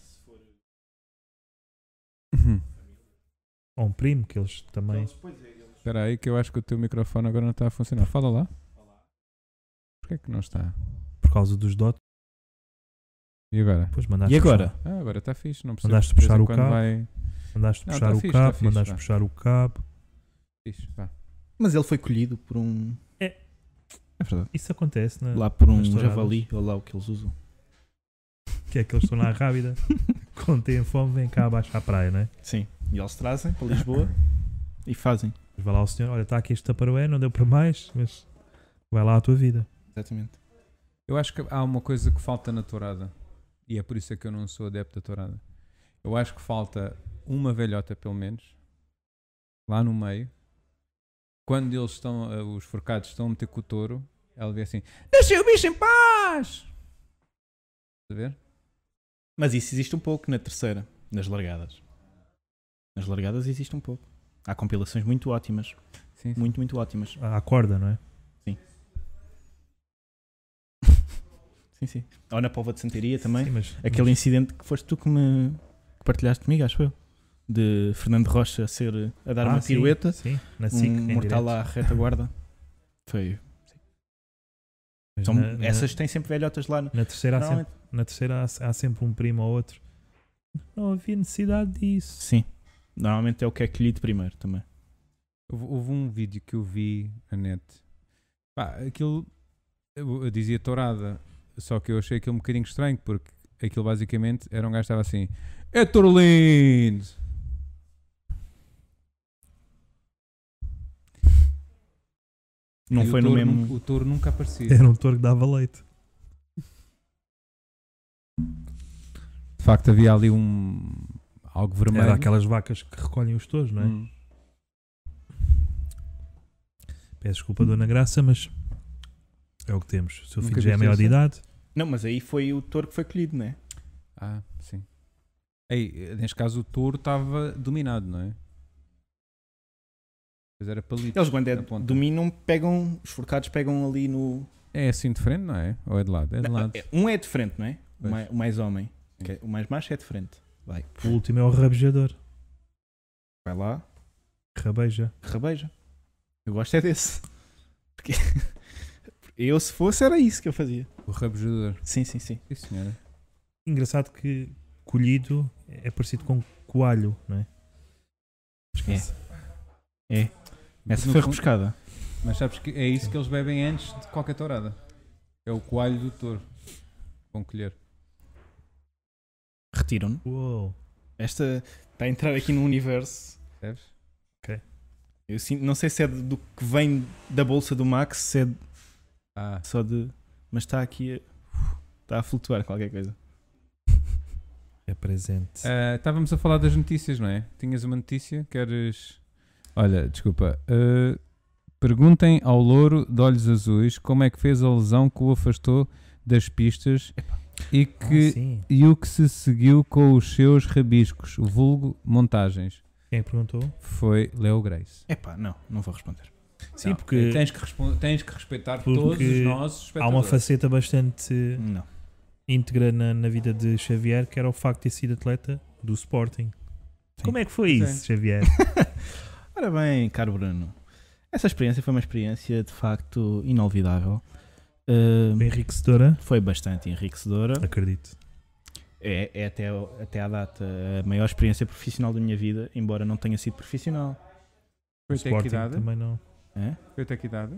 Ou um primo, que eles também. Teles, pois é, eles Espera aí que eu acho que o teu microfone agora não está a funcionar. Fala lá. Porquê é que não está? Por causa dos dots. E agora? Depois mandaste E agora? Ah, agora está fixe, não percebo. Mandaste De vez puxar em o quando cabo. Vai... Puxar, mandaste Não, puxar tá o fixe, tá cabo, fixe, mandaste vá. puxar o cabo. Fixe, pá. Mas ele foi colhido por um. É. É verdade. Isso acontece, né? Lá por um Nas touradas. javali, ou lá o que eles usam. Que é que eles estão lá rápida. Quando têm fome, vêm cá abaixo à praia, né? Sim. E eles trazem para Lisboa e fazem. Mas Vai lá o senhor, olha, está aqui este taparoé, não deu para mais, mas vai lá a tua vida. Exatamente. Eu acho que há uma coisa que falta na tourada. E é por isso é que eu não sou adepto da tourada. Eu acho que falta uma velhota, pelo menos, lá no meio. Quando eles estão, eh, os forcados estão a meter com o touro, ela vê assim: Deixem o bicho em paz! Estás a ver? Mas isso existe um pouco na terceira, nas largadas. Nas largadas existe um pouco. Há compilações muito ótimas. Sim, sim. Muito, muito ótimas. À corda, não é? Sim. Sim, sim. Ou na Pova de Santaria também. Sim, mas, Aquele incidente que foste tu que me que partilhaste comigo, acho eu. De Fernando Rocha a ser a dar Ah, uma sim, pirueta, Sim, na SIC. um em mortal direto. à retaguarda. Foi. Mas São, na- na- essas têm sempre velhotas lá. no- Na terceira, há sempre, Normalmente- na terceira há, há sempre um primo ou outro. Não havia necessidade disso. Sim. Normalmente é o que é colhido primeiro também. Houve, houve um vídeo que eu vi na net. Pá, aquilo eu, eu dizia tourada, só que eu achei aquilo um bocadinho estranho, porque aquilo basicamente era um gajo que estava assim: É Torlindo! Não E foi o no touro mesmo. nunca- o touro nunca aparecia. Era um touro que dava leite. De facto, havia ali um. algo vermelho. Era aquelas vacas que recolhem os touros, não é? Hum. Peço desculpa, Dona Graça, mas é o que temos. O seu Nunca filho já é viste maior de essa? idade. Não, mas aí foi o touro que foi colhido, não é? Ah, sim. Ei, neste caso o touro estava dominado, não é? Mas era palito. Eles quando é Na ponta. dominam, pegam, os forcados pegam ali no. É assim de frente, não é? Ou é de lado? É de Não, lado. é- Um é de frente, não é? O Pois. mais, o mais homem. Sim. Que é- O mais macho é de frente. Vai, O último é o rabejador. vai lá, Rabeja. rabeja. Eu gosto é desse. (laughs) Porque eu, se fosse, era isso que eu fazia. O rabejador. Sim, sim, sim. Sim, senhora. É Engraçado que colhido é parecido com coalho, não é? Esquece. Mas, Essa no foi fundo- rebuscada. mas sabes que é isso que eles bebem antes de qualquer tourada. É o coalho do touro. Com colher. Retiram-no. Uou. Esta está a entrar aqui no universo. Percebes? Eu sinto, não sei se é do do que vem da bolsa do Max, se é Ah, só de. Mas está aqui a. uh, Está a flutuar qualquer coisa. É presente. Ah, estávamos a falar das notícias, não é? Tinhas uma notícia? Queres. Olha, desculpa. Ah, perguntem ao louro de olhos azuis como é que fez a lesão que o afastou das pistas e, Ah, que, sim. e o que se seguiu com os seus rabiscos, o vulgo montagens. Quem é que perguntou? Foi Leo Grace. Epá, não, não vou responder. Sim, Não, porque Tens que, respon- tens que respeitar Porque todos os nossos há uma espectadores. faceta bastante Não. íntegra na, na vida de Xavier, que era o facto de ter sido atleta do Sporting. Como é que foi Pois isso, Xavier? Ora bem, caro Bruno, essa experiência foi uma experiência de facto inolvidável. Ah, Enriquecedora? foi bastante enriquecedora. Acredito. É, é até, até à data a maior experiência profissional da minha vida, embora não tenha sido profissional. O Foi até que Sporting idade? também não. É? Foi até que idade?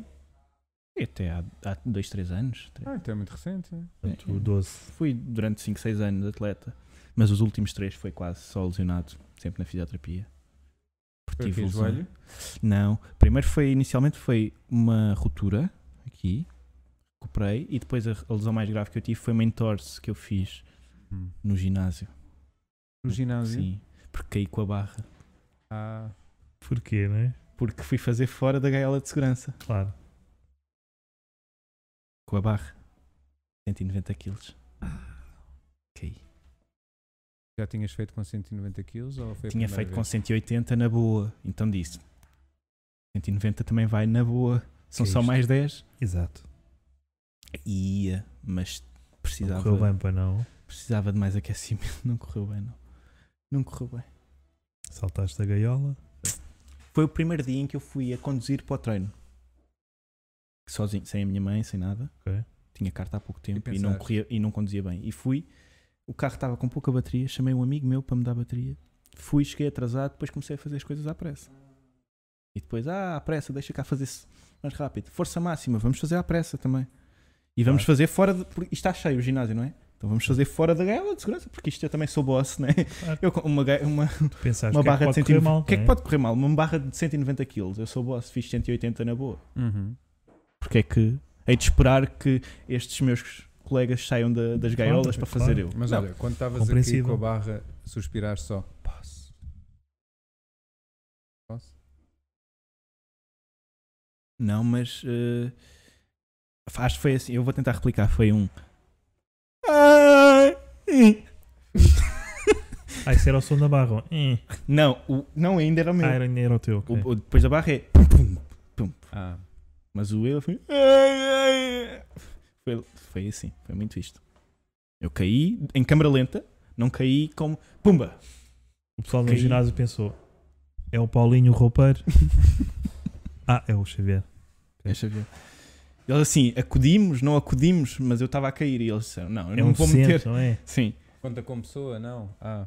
E Até há, há dois, três anos. três- Ah, então é muito recente. Portanto, É. 12. Fui durante 5, 6 anos atleta, mas os últimos três foi quase só lesionado, sempre na fisioterapia. Porque Foi tive aqui, lesão. joelho. Não, primeiro foi, inicialmente foi uma ruptura aqui, recuperei, e depois a, a lesão mais grave que eu tive foi uma entorse que eu fiz Hum. no ginásio. No ginásio. Sim, porque caí com a barra. Ah, Porquê, não é? Porque fui fazer fora da gaiola de segurança. Claro. Com a barra. 190 quilos. Caí. já tinhas feito com 190 quilos? Ou foi a Tinha primeira feito vez? com 180 na boa, então disse 190 também vai na boa, são Que é só isto? mais 10. Exato. E ia, mas Não precisava. correu bem para não. precisava de mais aquecimento. (laughs) Não correu bem, não. Não correu bem. Saltaste a gaiola. Foi o primeiro dia em que eu fui a conduzir para o treino. Sozinho, sem a minha mãe, sem nada. Ok. Tinha carta há pouco tempo e, não pensaste? corria, e não conduzia bem. E fui, o carro estava com pouca bateria, chamei um amigo meu para me dar bateria. Fui, cheguei atrasado, depois comecei a fazer as coisas à pressa. E depois, ah, à pressa, deixa cá fazer-se mais rápido. Força máxima, vamos fazer à pressa também. E vamos Claro. fazer fora de. Porque isto está cheio o ginásio, não é? Então vamos fazer fora da gaiola de segurança, porque isto eu também sou boss, né? Claro. Eu, com uma, ga- uma, Tu pensaste uma que é barra que de pode correr 190 mal. O que é que não pode correr mal? Uma barra de 190 kg. Eu sou boss, fiz 180 na boa. Uhum. Porque é que hei de esperar que estes meus colegas saiam da- das gaiolas para fazer eu? Mas Não. olha, quando estavas aqui compreensível. com a barra, suspiraste só. Posso. Posso? Não, mas eh, acho que foi assim. Eu vou tentar replicar. Foi um. Ai! Ah, isso era o som da (laughs) barra. Hum. Não, o- não ainda era o meu. Ah, era, era o teu. ok. O- o- depois da barra é. pum, pum. Ah, Mas o eu foi. Ai, ai. Foi, foi assim, foi muito isto. Eu caí em câmara lenta, não caí como. Pumba! O pessoal no Caí. ginásio pensou: é o Paulinho (laughs) Roupeiro? ah, é o Xavier. Deixa ver. Eles assim, acudimos, não acudimos, mas eu estava a cair e eles disseram: Não, eu é não um me vou centro, meter. não é? Sim, Conta como pessoa, não? Ah,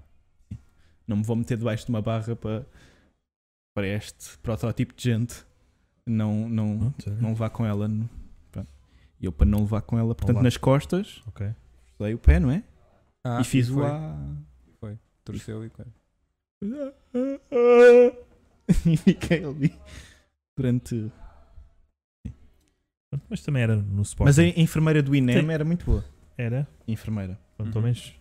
não me vou meter debaixo de uma barra para, para este protótipo de gente. Não, não, Pronto, olha. não levar com ela. no- pronto. E eu, para não levar com ela, portanto, Olá. nas costas, Ok. dei o pé, não é? ah e fiz o foi. A. (laughs) Torceu e coisa. e fiquei ali durante. Pronto, Mas também era no Sporting. Mas a enfermeira do INEM Tem- era muito boa. Era? Enfermeira. Pronto, Uhum. Pelo menos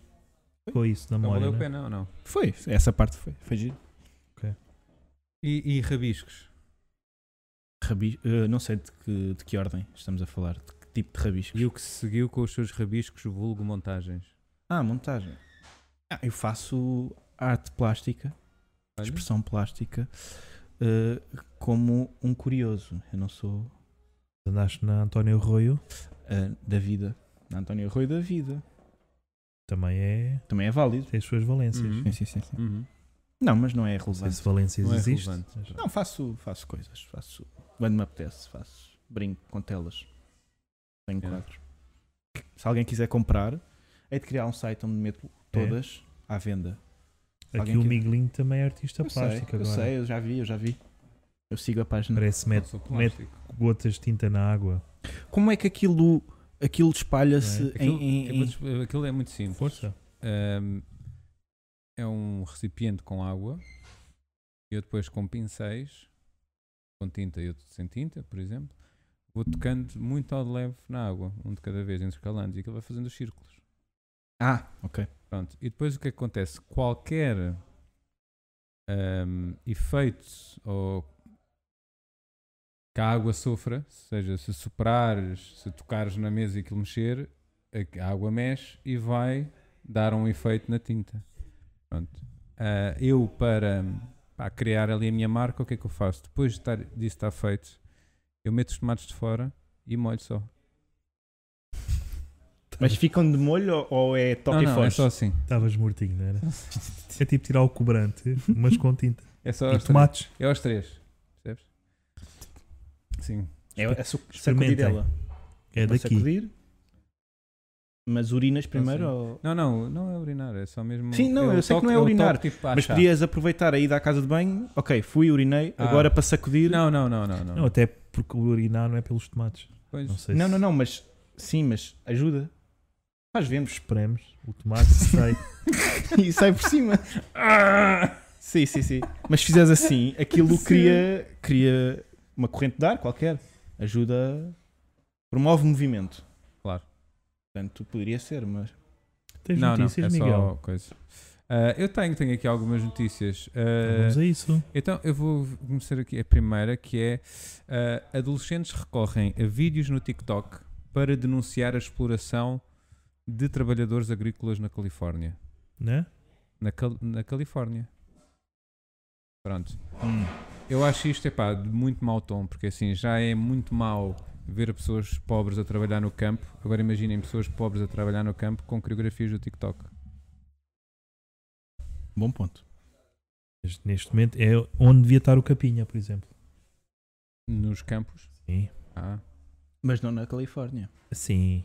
ficou isso na Então Não memória. Então valeu a né? pena ou não? Foi, essa parte foi. Foi giro. E, e rabiscos? Rabi- eh, não sei de que, de que ordem estamos a falar, de que tipo de rabiscos. E o que se seguiu com os seus rabiscos vulgo montagens? Ah, montagem. Ah, eu faço arte plástica, Olha, expressão plástica, eh, como um curioso. Eu não sou Andaste na António Arroio, eh, da vida. António Arroio da vida. também é. Também é válido. tem as suas valências. Uhum. Sim, sim, sim. sim. Uhum. Não, mas não é Não sei relevante. se valências Não é existe. relevante. mas- Não, faço, faço coisas. Faço quando me apetece. Faço brinco com telas. Tenho É. quadros. Se alguém quiser comprar, hei de criar um site onde meto todas à venda. Aqui Alguém o que- Miguelinho também é artista plástico sei, eu agora. sei, eu já vi, eu já vi. Eu sigo a página. Parece que mete Não sou plástico. gotas de tinta na água. Como é que aquilo, aquilo espalha-se Não é? Aquilo, em, em- eu em- vou des- aquilo é muito simples. Força. Ahm, é um recipiente com água. e Eu depois com pincéis, com tinta e outro sem tinta, por exemplo, vou tocando muito ao de leve na água, um de cada vez, entre os calantes, e aquilo vai fazendo os círculos. Ah, ok. Pronto. E depois o que acontece? Qualquer ahm, efeito ou que a água sofra, seja se soprares, se tocares na mesa e aquilo mexer, a- a água mexe e vai dar um efeito na tinta. Pronto. Ah, eu, para, para criar ali a minha marca, o que é que eu faço? Depois de estar, disso estar feito, eu meto os tomates de fora e molho só. Mas ficam de molho ou, ou é toque não, e não, é foge? só assim. Estavas mortinho, não era? É tipo tirar o cobrante, mas com tinta. É só e aos tomates. É aos três. Percebes? Sim. É a su- Experimentem. sacudidela. É Para daqui. sacudir. Mas urinas primeiro ou... Não, não, não é urinar, é só mesmo. Sim, não, é o eu sei que não é o urinar, toque, tipo, a Mas achar. podias aproveitar a ida à casa de banho, ok, fui, urinei, Ah. agora para sacudir. Não, não, não, não. não. Não, até porque o urinar não é pelos tomates. Pois, Não sei não, se não, não, mas sim, mas ajuda. Faz vemos. espremos o tomate (laughs) sai. e sai por cima. Ah! Sim, sim, sim. Mas se fizeres assim, aquilo Sim. cria, cria uma corrente de ar qualquer. Ajuda. Promove movimento. Claro. Portanto, poderia ser, mas. Tens não, não, é notícias, Miguel? só coisa. Ah, eu tenho, tenho aqui algumas notícias. Ah, Vamos é. a isso. então, eu vou começar aqui a primeira, que é ah, adolescentes recorrem a vídeos no TikTok para denunciar a exploração de trabalhadores agrícolas na Califórnia. Né? Na, Cal- na Califórnia. Pronto. Hum. Eu acho isto, epá, de muito mau tom, porque assim, já é muito mau ver pessoas pobres a trabalhar no campo. Agora imaginem pessoas pobres a trabalhar no campo com coreografias do TikTok. Bom ponto. Mas Neste momento é onde devia estar o Capinha, por exemplo. Nos campos. Sim. Ah, Mas não na Califórnia. Sim.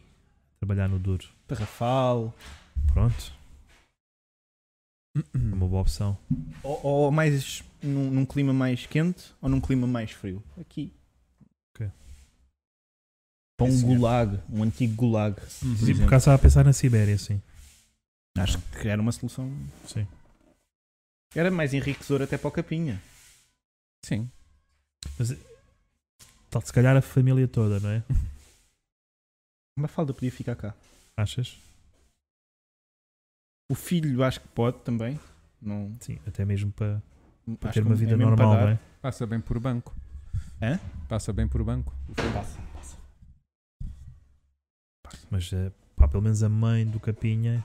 Trabalhar no duro. Tarrafal. Pronto. É uma boa opção. Ou, ou mais num, num clima mais quente ou num clima mais frio. Aqui. Ok. Para Sim, um senhor. gulag, um antigo gulag. Uhum. Por Sim, por exemplo. acaso estava a pensar na Sibéria, sim. Acho que criar uma solução. Sim. Era mais enriquecedor até para o Capinha. Sim. Tal, se calhar a família toda, não é? Uma falda podia ficar cá. Achas? O filho acho que pode também. Não, Sim, até mesmo para, para acho ter que uma é vida mesmo normal, para não dar. é? Passa bem por banco. Hã? Passa bem por banco. Passa, passa. Mas eh, pá, pelo menos a mãe do Capinha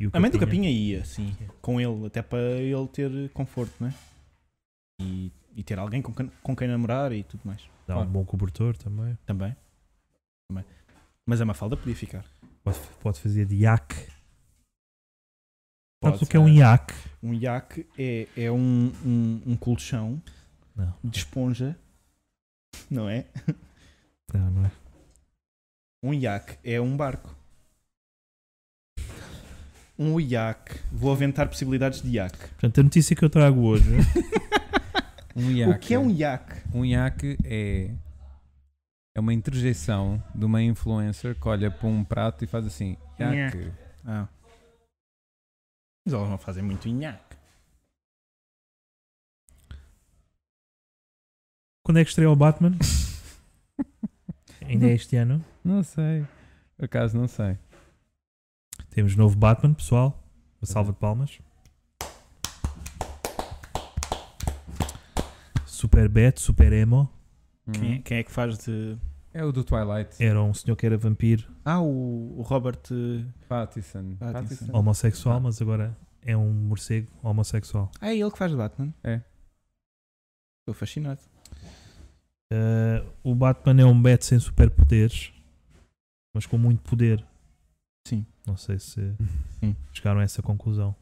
e o A mãe do Capinha ia, sim, Sim. com ele, até para ele ter conforto, né? E, e ter alguém com quem, com quem namorar e tudo mais. Dá um bom cobertor também. Também. também. Mas a Mafalda podia ficar. Pode, pode fazer de iac. Sabes Pode o que é um ser. iac? Um iaque é, é um, um, um colchão Não, de esponja, não é? não, não é. Um iaque é um barco. Um iaque. Vou aventar possibilidades de iaque. Portanto, a notícia que eu trago (laughs) hoje Um O iaque. que é um iaque? Um iaque é. É uma interjeição de uma influencer que olha para um prato e faz assim: iaque. Ah. Mas elas não fazem muito nhaque. Quando é que estreia o (laughs) Batman? Ainda é este ano. Não sei. Por acaso não sei. Temos novo Batman, pessoal. Uma salva de palmas. Super Bat, Super Emo. Quem, é- Hum. quem é que faz de. É o do Twilight. Era um senhor que era vampiro Ah, o, o Robert. eh, Pattinson. Pattinson. Oh, homossexual, mas agora é um morcego homossexual. Ah, é ele que faz de Batman. É. Estou fascinado. Ah, o Batman é um Bat sem superpoderes, mas com muito poder. Sim. Não sei se (laughs) Sim. chegaram a essa conclusão.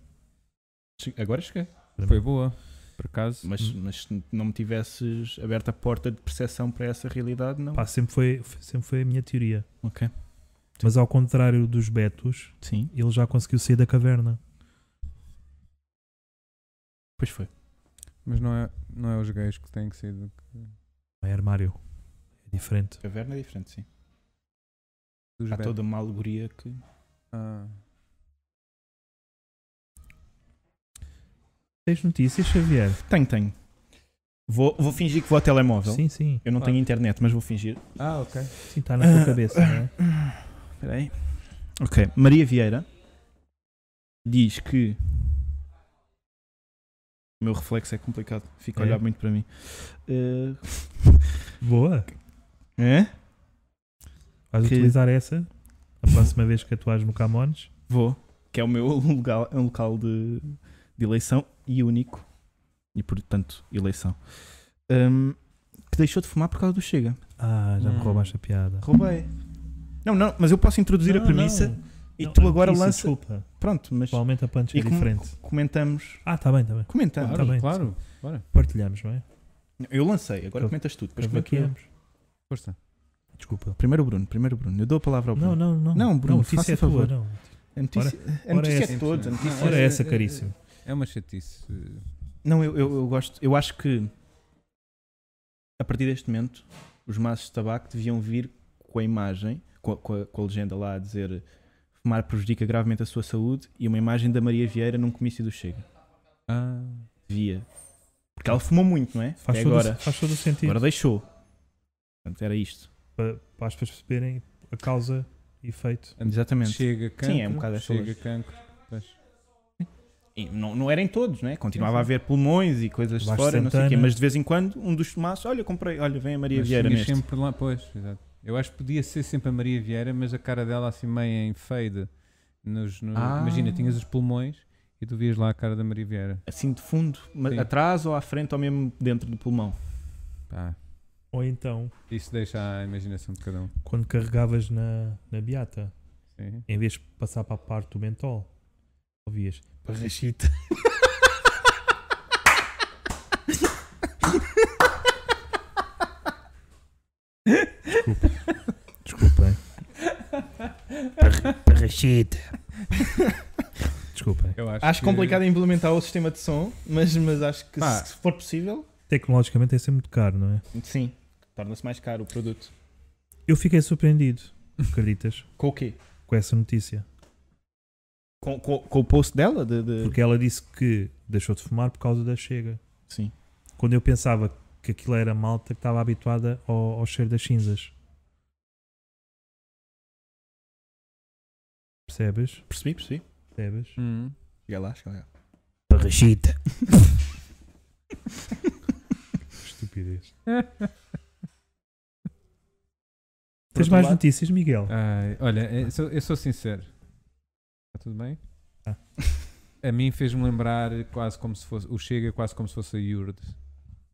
Che- Agora cheguei. Foi boa. Por acaso. Hum. Mas, mas se não me tivesses aberto a porta de percepção para essa realidade, não. Pá, sempre foi, sempre foi a minha teoria. Ok. Mas ao contrário dos Betos, Sim. ele já conseguiu sair da caverna. Pois foi. Mas não é, não é os gays que têm que ser. do- Não É armário. É diferente. Caverna é diferente, sim. Dos Há be- toda uma alegoria que. Ah. Tens notícias, Xavier? Tenho, tenho. Vou, vou fingir que vou ao telemóvel. Sim, sim. Eu não Claro. tenho internet, mas vou fingir. ah, ok. Sim, está na tua Ah. cabeça, não (laughs) é? Espera aí. Ok. Maria Vieira diz que. O meu reflexo é complicado. Fica a É? olhar muito para mim. Eh, Boa. É? Vais Que- utilizar essa a próxima vez que atuares no Camões. Vou. Que é o meu (laughs) local, é um local de, de eleição e único. E, portanto, eleição. Hum, que deixou de fumar por causa do Chega. Ah, já me Hum. roubaste a piada. Roubei. Não, não, mas eu posso introduzir a Não, premissa não. e Não, é tu a agora notícia, lança. Desculpa. Pronto, mas Atualmente a punch E é como- diferente. comentamos. Ah, está bem, está bem. Comentamos. Tá bem. Claro, claro. Bora. Partilhamos, não é? Eu lancei, agora Eu- comentas tudo. Depois comento eu. Cavaqueamos. Força. Desculpa. Primeiro o Bruno, primeiro o Bruno. Eu dou a palavra ao Bruno. Não, não, não. Não, Bruno, a notícia faça é tua, favor. não. a notícia, a ora assim, notícia essa. é toda. a notícia- Não, Ora é- essa, é- caríssimo. É uma chatice. Não, eu, eu, eu gosto. Eu acho que a partir deste momento os maços de tabaco deviam vir com a imagem, com a, com a- com a legenda lá a dizer fumar prejudica gravemente a sua saúde e uma imagem da Maria Vieira num comício do Chega. Ah, Devia. Porque ela fumou muito, não é? Faz Até todo, agora. faz todo o sentido. Agora deixou. Portanto, era isto. para, para as pessoas perceberem a causa e efeito. Exatamente. chega cancro. é um bocado essa Chega lógica. cancro. Pois. E não, não eram todos, não é? Continuava Sim, sim. a haver pulmões e coisas de Vasco fora, não sei o quê. Santana. Mas de vez em quando um dos maços, olha, comprei, olha, vem a Maria Mas Vieira tinha neste. sempre lá, pois, exato. Eu acho que podia ser sempre a Maria Vieira, mas a cara dela assim meio em fade. Nos, no- Ah. Imagina, tinhas os pulmões e tu vias lá a cara da Maria Vieira. Assim de fundo, ma- Sim. atrás ou à frente ou mesmo dentro do pulmão. Pá, Ou então, isso deixa a imaginação de cada um. quando carregavas na, na beata, Sim. em vez de passar para a parte do mentol, ouvias. Barrachita. (laughs) Desculpa. Desculpem. Parrachita. (laughs) Desculpem. Eu acho, (laughs) Acho que- complicado implementar o sistema de som, mas, mas acho que Pá. se for possível, Tecnologicamente é sempre muito caro, não é? sim, torna-se mais caro o produto. Eu fiquei surpreendido, acreditas, Com o quê? com essa notícia. Com, com- com o post dela? De, de- Porque ela disse que deixou de fumar por causa da chega. Sim. Quando eu pensava que aquilo era malta que estava habituada ao, ao cheiro das cinzas. Percebes? Percebi, percebi. Percebes? Hum. Chega lá, chega lá. Parrachita. Estupidez. Tens mais outro lado- Ah. notícias, Miguel? Ai, olha, eu sou, eu sou sincero. Está tudo bem? Ah. Tá. (laughs) A mim fez-me lembrar quase como se fosse. O Chega quase como se fosse a Yurd.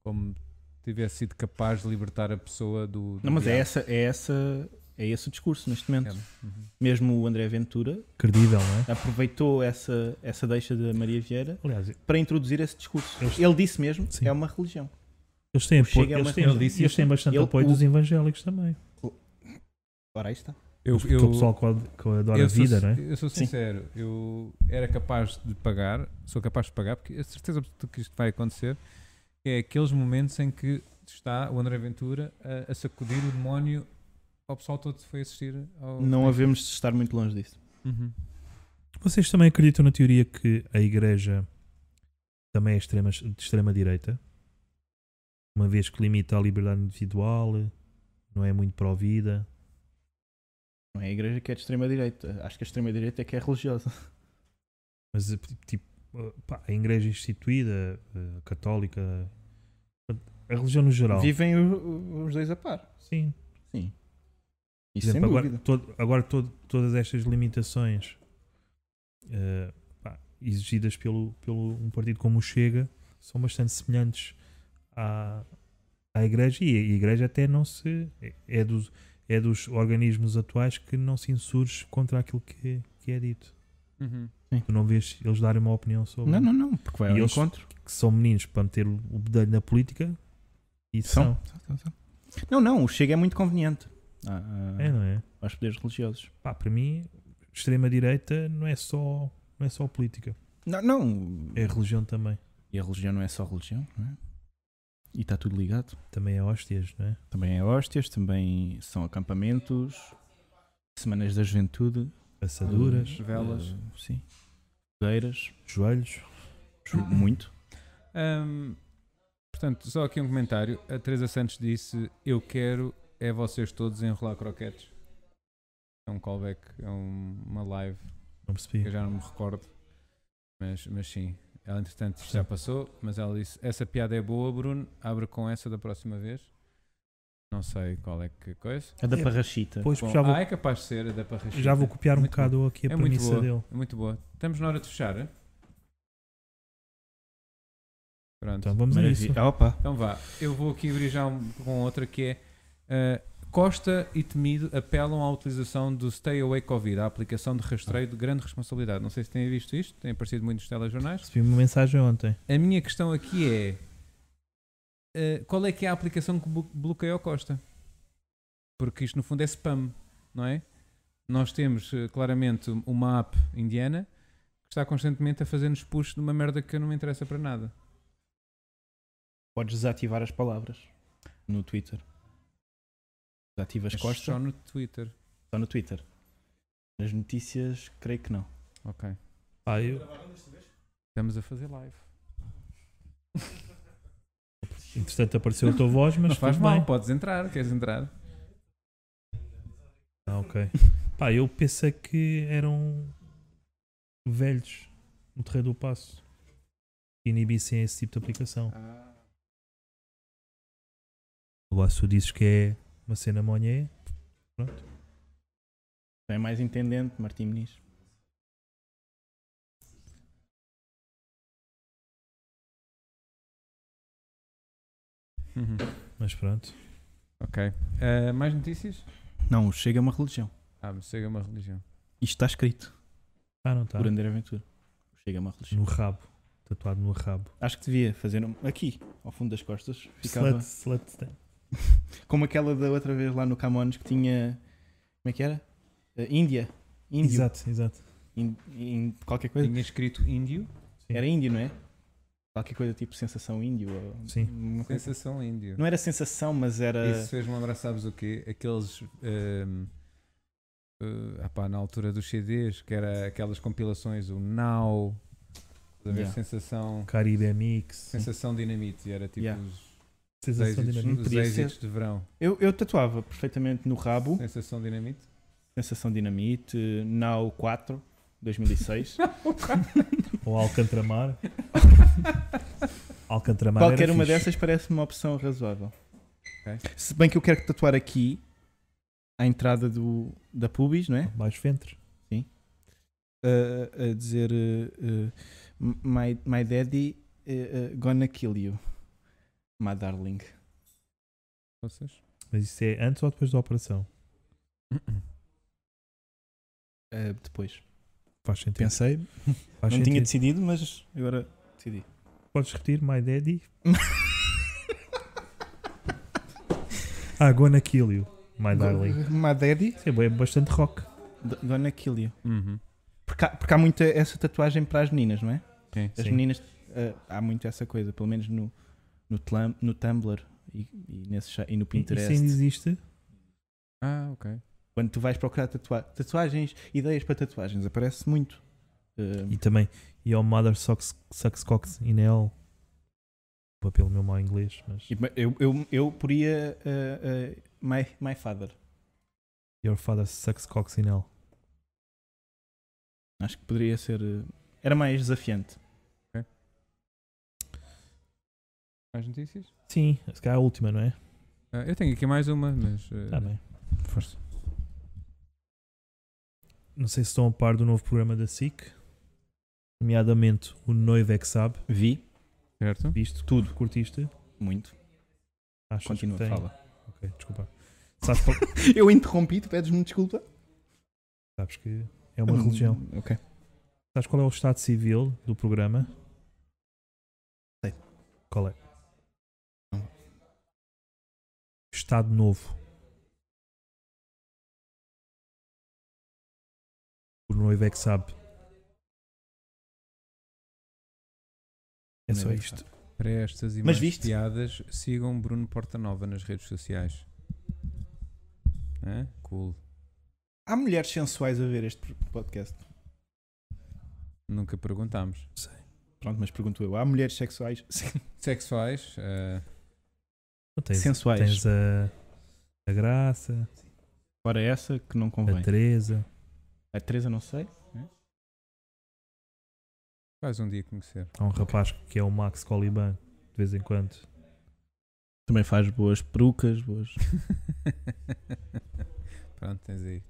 Como tivesse sido capaz de libertar a pessoa do. do Não, mas é diabo. essa, é essa É esse o discurso neste momento. É, uhum. Mesmo o André Ventura Credível, não é? aproveitou essa, essa deixa da Maria Vieira Aliás, para introduzir esse discurso. Eles- Ele disse mesmo, Sim. é uma religião. eles têm, O Chega apoio, é uma eles têm, religião. eles têm bastante Ele- apoio o- dos evangélicos também. Ora, aí está. Eu, Porque o eu, pessoal que ad- que adora a eu sou, vida, não é? eu sou Sim. sincero, eu era capaz de pagar, sou capaz de pagar, porque a certeza absoluta que isto vai acontecer é aqueles momentos em que está o André Ventura a, a sacudir o demónio ao pessoal todo que foi assistir ao. Não havemos de estar muito longe disso. Uhum. Vocês também acreditam na teoria que a igreja também é extrema, de extrema-direita? Uma vez que limita a liberdade individual, não é muito pró-vida. Não é a igreja que é de extrema-direita. Acho que a extrema-direita é que é religiosa. Mas, eh, tipo, eh, pá, a igreja instituída, eh, católica, a religião no geral. Vivem o- o- os dois a par. Sim. Sim. Por Isso exemplo, sem agora, dúvida. todo- agora todo- todas estas limitações eh, pá, exigidas pelo, pelo um partido como o Chega são bastante semelhantes à, à Igreja e a Igreja até não se é- é dos é dos organismos atuais que não se insurge contra aquilo que, que é dito. Uhum. Tu não vês eles darem uma opinião sobre Não, não, não. Porque vai ao E eles- encontro. que são meninos para meter o o bedelho na política e são. São. Não, não. O Chega é muito conveniente a- a- É, não é? aos poderes religiosos. Pá, para mim, extrema-direita não é só não é só política, Não, não. é religião também. E a religião não é só religião, não é? E está tudo ligado. Também é hóstias, não é? Também é hóstias, também são acampamentos, semanas da juventude, Passaduras, Uhum. Velas. eh, sim, fogueiras, Hum. joelhos. ju- muito. Ahm, portanto, só aqui um comentário. A Teresa Santos disse: Eu quero é vocês todos enrolar croquetes. É um callback, é um- uma live Não que eu percebi. já não me recordo. Mas, mas sim, ela entretanto isto já passou. Mas ela disse: Essa piada é boa, Bruno. Abre com essa da próxima vez. Não sei qual é que coisa. A da É, Parrachita. Pois Bom, já vou, ah, é capaz de ser a da Parrachita. já vou copiar um Muito bocado aqui a É muito premissa boa. dele. É muito boa. Estamos na hora de fechar. eh? Pronto. Então vamos a isso. Maravilha. Opa, Então vá, eu vou aqui abrir já um- com outra que é eh, Costa e Temido apelam à utilização do Stay Away Covid, a aplicação de rastreio de grande responsabilidade. Não sei se têm visto isto, tem aparecido muito nos telejornais. Recebi uma mensagem ontem. A minha questão aqui é eh, qual é que é a aplicação que blo- bloqueia o Costa? Porque isto no fundo é spam, não é? Nós temos eh, claramente uma app indiana que está constantemente a fazer-nos push de uma merda que não me interessa para nada. podes desativar as palavras no Twitter. Desativas Mas Costa Só no Twitter. só no Twitter. Nas notícias, creio que não. Ok. Pá, eu, Estamos a fazer live. entretanto apareceu a tua voz, mas Não faz tudo bem. mal, podes entrar, queres entrar? Ah, ok. Pá, eu pensei que eram velhos no terreno do passo que inibissem esse tipo de aplicação. Agora, se tu dizes que é uma cena monhé, pronto. É mais intendente, Martim Muniz. Uhum. Mas pronto. Ok. Ah, mais notícias? Não, o Chega é uma religião. Ah, me chega uma religião. Isto está escrito Ah, não está. por André Aventura. O Chega é uma religião. No rabo. Tatuado no rabo. Acho que devia fazer um- aqui, ao fundo das costas. Ficava Slut, slut. como aquela da outra vez lá no Camões que tinha. Como é que era? Eh, Índia. Índio. Exato, exato. In- in- qualquer coisa. Tinha escrito índio, Sim. Era índio, não é? Qualquer coisa tipo sensação índio. Ou... Sim. uma coisa- assim. sensação índio. Não era sensação, mas era. Isso fez-me lembrar, sabes o quê? Aqueles. ahm, ah, pá, na altura dos CDs, que era aquelas compilações, o Now, estás a ver? Yeah. sensação, Caribe é Mix. sensação dinamite, e era tipo Yeah. os, os Sensação êxitos, dinâmica. dinamite. os Podia êxitos de verão. Eu, eu tatuava perfeitamente no rabo Sensação dinamite. Sensação Dinamite, Now 4, (laughs) 2006. Ou (laughs) Alcantramar. Alcantramar. Qualquer era uma fixe. dessas parece-me uma opção razoável. Ok. Se bem que eu quero tatuar aqui à entrada do, da pubis, não é? Baixo ventre. a, a dizer uh, uh, my, my daddy uh, uh, gonna kill you, my darling. Vocês? (coughs) Mas isso é antes ou depois da operação? Ah, depois. Faz sentido. Pensei, Faz não sentido. tinha decidido, mas agora decidi. Podes repetir, My Daddy? Ah, Gonna Kill You, My Darling. My Daddy. Isso é bué- bastante rock. D- Gonna Kill You. Uhum. Porque há, porque há muita essa tatuagem para as meninas, não é? Sim. As Sim. meninas, ah, há muito essa coisa, pelo menos no, no, Tlum- no Tumblr e, e nesse, cha- e E- no Isso Pinterest. ainda existe. Ah, ok. Quando tu vais procurar tatua- tatuagens, ideias para tatuagens, aparece muito. Ah, E também Your Mother Sucks, sucks Cocks in Hell. Pô, Pelo meu mau inglês, mas e eu, eu, eu poria ah, ah, my, my Father. Your Father Sucks Cocks in Hell. Acho que poderia ser. eh, Era mais desafiante. Mais notícias? Sim, se calhar a última, não é? Ah, eu tenho aqui mais uma, mas. eh, Tá Está bem. Força. Não sei se estão a par do novo programa da SIC. Nomeadamente o Noivo é que sabe. Vi Certo? Visto tudo. Curtiste? muito. Achas Continua, que tem? fala. Ok, desculpa. Sabes, qual- Eu interrompi, tu pedes-me desculpa. sabes que é (laughs) uma religião. Ok. Sabes qual é o estado civil do programa? Sei. Qual é? Não. Estado Novo. O noivo é que sabe. É O noivo só é que isto. Para estas e Mas mais viste? piadas, sigam Bruno Portanova nas redes sociais. Hã? Cool. Há mulheres sensuais a ver este podcast. Nunca perguntámos. Pronto, mas pergunto eu. Há mulheres sexuais? (laughs) Sexuais? ah, Não Tens, sensuais. tens a, a Graça, Fora é essa que não a convém. Teresa. A Teresa não sei. vais um dia conhecer. (laughs) Há um rapaz que é o Max Coliban, de vez em quando. Também faz boas perucas, boas. Pronto, tens aí.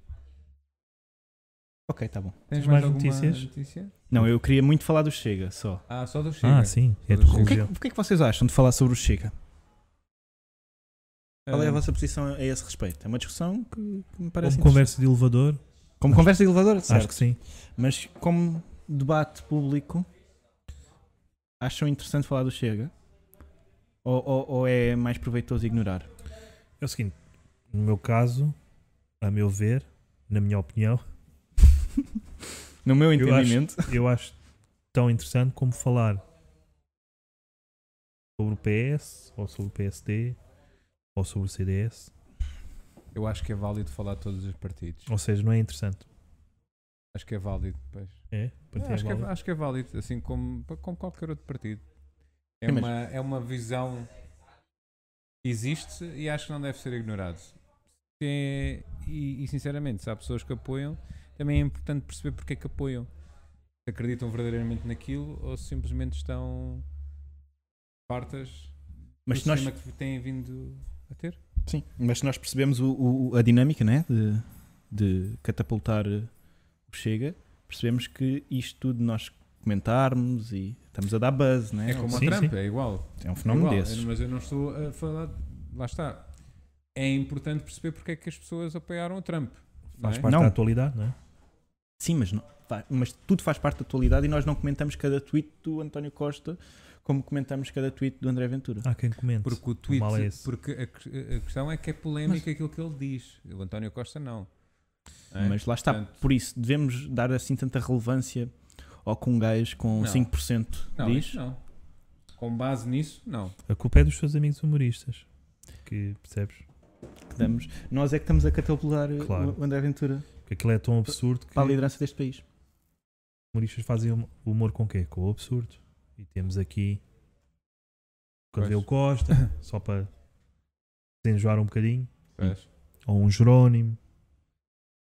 Ok, tá bom. Tens Tens mais, mais alguma notícias? notícia? Não, eu queria muito falar do Chega só. Ah, só do Chega. Ah, sim. É de Todas as O que, é religião. que, o que é que vocês acham de falar sobre o Chega? Qual é a Ah, vossa posição a a esse respeito? É uma discussão que, que Como me parece. interessante. conversa de elevador, como conversa de elevador, certo? acho que sim. Mas como debate público, acham interessante falar do Chega? Ou, ou- ou é mais proveitoso ignorar? É o seguinte, no meu caso, a meu ver, na minha opinião, (laughs) No meu Eu acho- entendimento, eu acho tão interessante como falar sobre o PS, ou sobre o PSD, ou sobre o CDS. Eu acho que é válido falar de todos os partidos. Ou seja, não é interessante. Acho que é válido, pois. É? Para ti É, é acho, que é, válido. acho que é válido, assim como, como qualquer outro partido. É, Sim, mas- uma, é uma visão que existe e acho que não deve ser ignorado. Se- e, e, sinceramente, se há pessoas que apoiam, também é importante perceber porque é que apoiam. Se acreditam verdadeiramente naquilo ou se simplesmente estão fartas mas do se nós, sistema que têm vindo a ter. sim, mas se nós percebemos o- o- a dinâmica né? de, de catapultar eh, o Chega, percebemos que isto tudo nós comentarmos e estamos a dar buzz, né? É como Sim, o Trump, sim. é igual. É um fenómeno Igual, desses. Mas eu não estou a falar. Lá está. É importante perceber porque é que as pessoas apoiaram o Trump. não Faz é? parte Não. da atualidade, não é? Sim, mas, não- fa- mas tudo faz parte da atualidade e nós não comentamos cada tweet do António Costa como comentamos cada tweet do André Ventura. Há quem comente. Porque o tweet. mal é esse. porque a, que- a questão é que é polémica aquilo que ele diz. O António Costa não. Não é? Mas lá está, Portanto- por isso devemos dar assim tanta relevância ao que um gajo com Não. 5% não, diz. isso não. Com base nisso, não. A culpa é dos seus amigos humoristas. Que percebes? Que damos. Nós é que estamos a catapultar eh, Claro. o André Ventura Porque aquilo é tão absurdo que para a liderança deste país. humoristas fazem hum- humor com o quê? Com o absurdo. E temos aqui o Pois. Cavelo Costa, (coughs) só para desenjoar um bocadinho. Pois. ou um Jerónimo,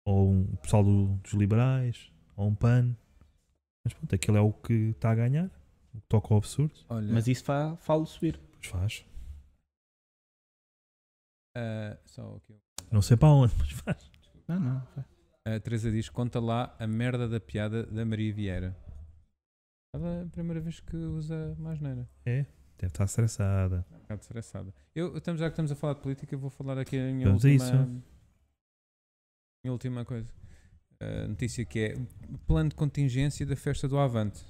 ou um pessoal do- dos liberais, ou um PAN. Mas pronto, aquilo é o que está a ganhar, o que toca ao absurdo, Olha, Mas isso fa- falo subir. pois faz. ah, só aqui. Não sei para onde, mas faz. Não, não. vai. A Teresa diz: conta lá a merda da piada da Maria Vieira. Ela é a primeira vez que usa mais neira. Deve estar estressada. Um bocado estressada. Eu, estamos, já que estamos a falar de política, eu vou falar aqui a minha Vamos a última. Minha última coisa. eh, notícia que é plano de contingência da festa do Avante.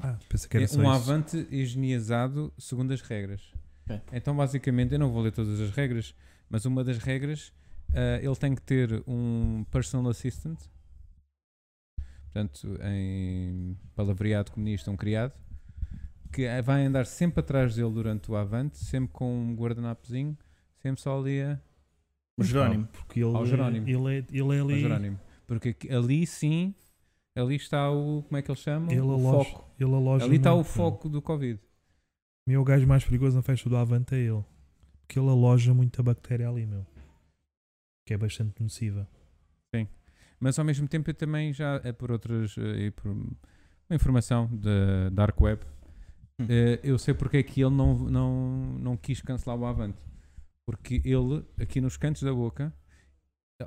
Ah, pensei que era É só um isso. avante higienizado segundo as regras. Ok. Então, basicamente, eu não vou ler todas as regras, mas uma das regras, ah, ele tem que ter um personal assistant, portanto, em palavreado comunista, um criado, que é, vai andar sempre atrás dele durante o avante, sempre com um guardanapozinho, sempre só ali a, O Jerónimo. Porque ele, Ao Jerónimo. ele é, ele é ao ali. Jerónimo. Porque aqui- ali sim, ali está o, como é que eles chamam? Ele o aloja, foco. ele aloja Ali está o muito, é? foco do Covid. Meu Meu, o gajo mais perigoso na festa do Avante é ele. Porque ele aloja muita bactéria ali, meu. Que é bastante nociva. mas ao mesmo tempo eu também já é por outras eh, e por uma informação da Dark Web Hum. eh, eu sei porque é que ele não, não, não quis cancelar o Avante porque ele aqui nos cantos da boca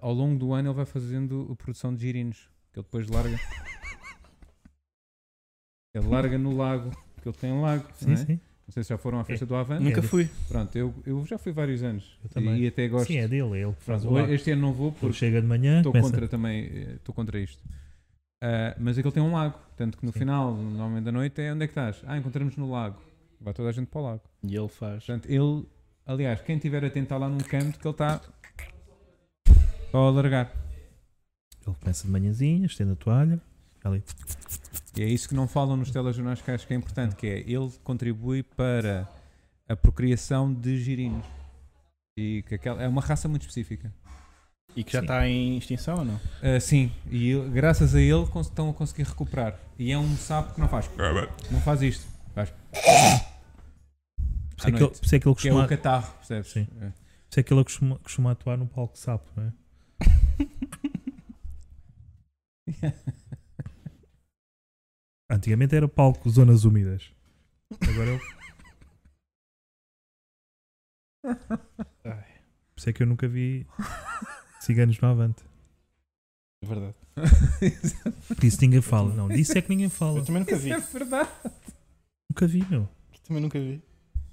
ao longo do ano ele vai fazendo a produção de girinos que ele depois (laughs) larga ele larga no lago que ele tem um lago Sim, não, é? sim. não sei se já foram à festa do Avante Nunca É, fui. pronto eu, eu já fui vários anos Eu também. e até gosto Sim, é dele, é ele que faz Pronto, o lado. este ano não vou porque Ele chega de (laughs) manhã, Estou começa contra também, eh, estou contra isto. Ah, mas aquilo tem um lago, tanto que no Sim. final, normalmente da noite, é onde é que estás? Ah, encontramos no lago. Vai toda a gente para o lago. E ele faz. Portanto, ele, aliás, quem estiver atento está lá num canto que ele está só a largar. Ele começa de manhãzinha, estende a toalha. tá Ali. E é isso que não falam nos telejornais que acho que é importante, que é ele contribui para a procriação de girinos. E que aquela, é uma raça muito específica. E que já Sim. está em extinção ou não? Ah, sim, e ele- graças a ele cons- estão a conseguir recuperar. E é um sapo que não faz. Ah, Não faz isto. Por isso é que ele- noite. por isso é que ele Que é o costuma, por catarro, percebes? Sim. É. isso é que ele costuma, costuma atuar no palco sapo, não é? É. (laughs) Antigamente era palco zonas úmidas. Agora é o- (laughs) Por isso é que eu nunca vi ciganos no Avante. É verdade. Disso ninguém fala. Não, disso é que ninguém fala. (laughs) Eu também nunca vi. É verdade. Nunca vi, meu. Também nunca vi.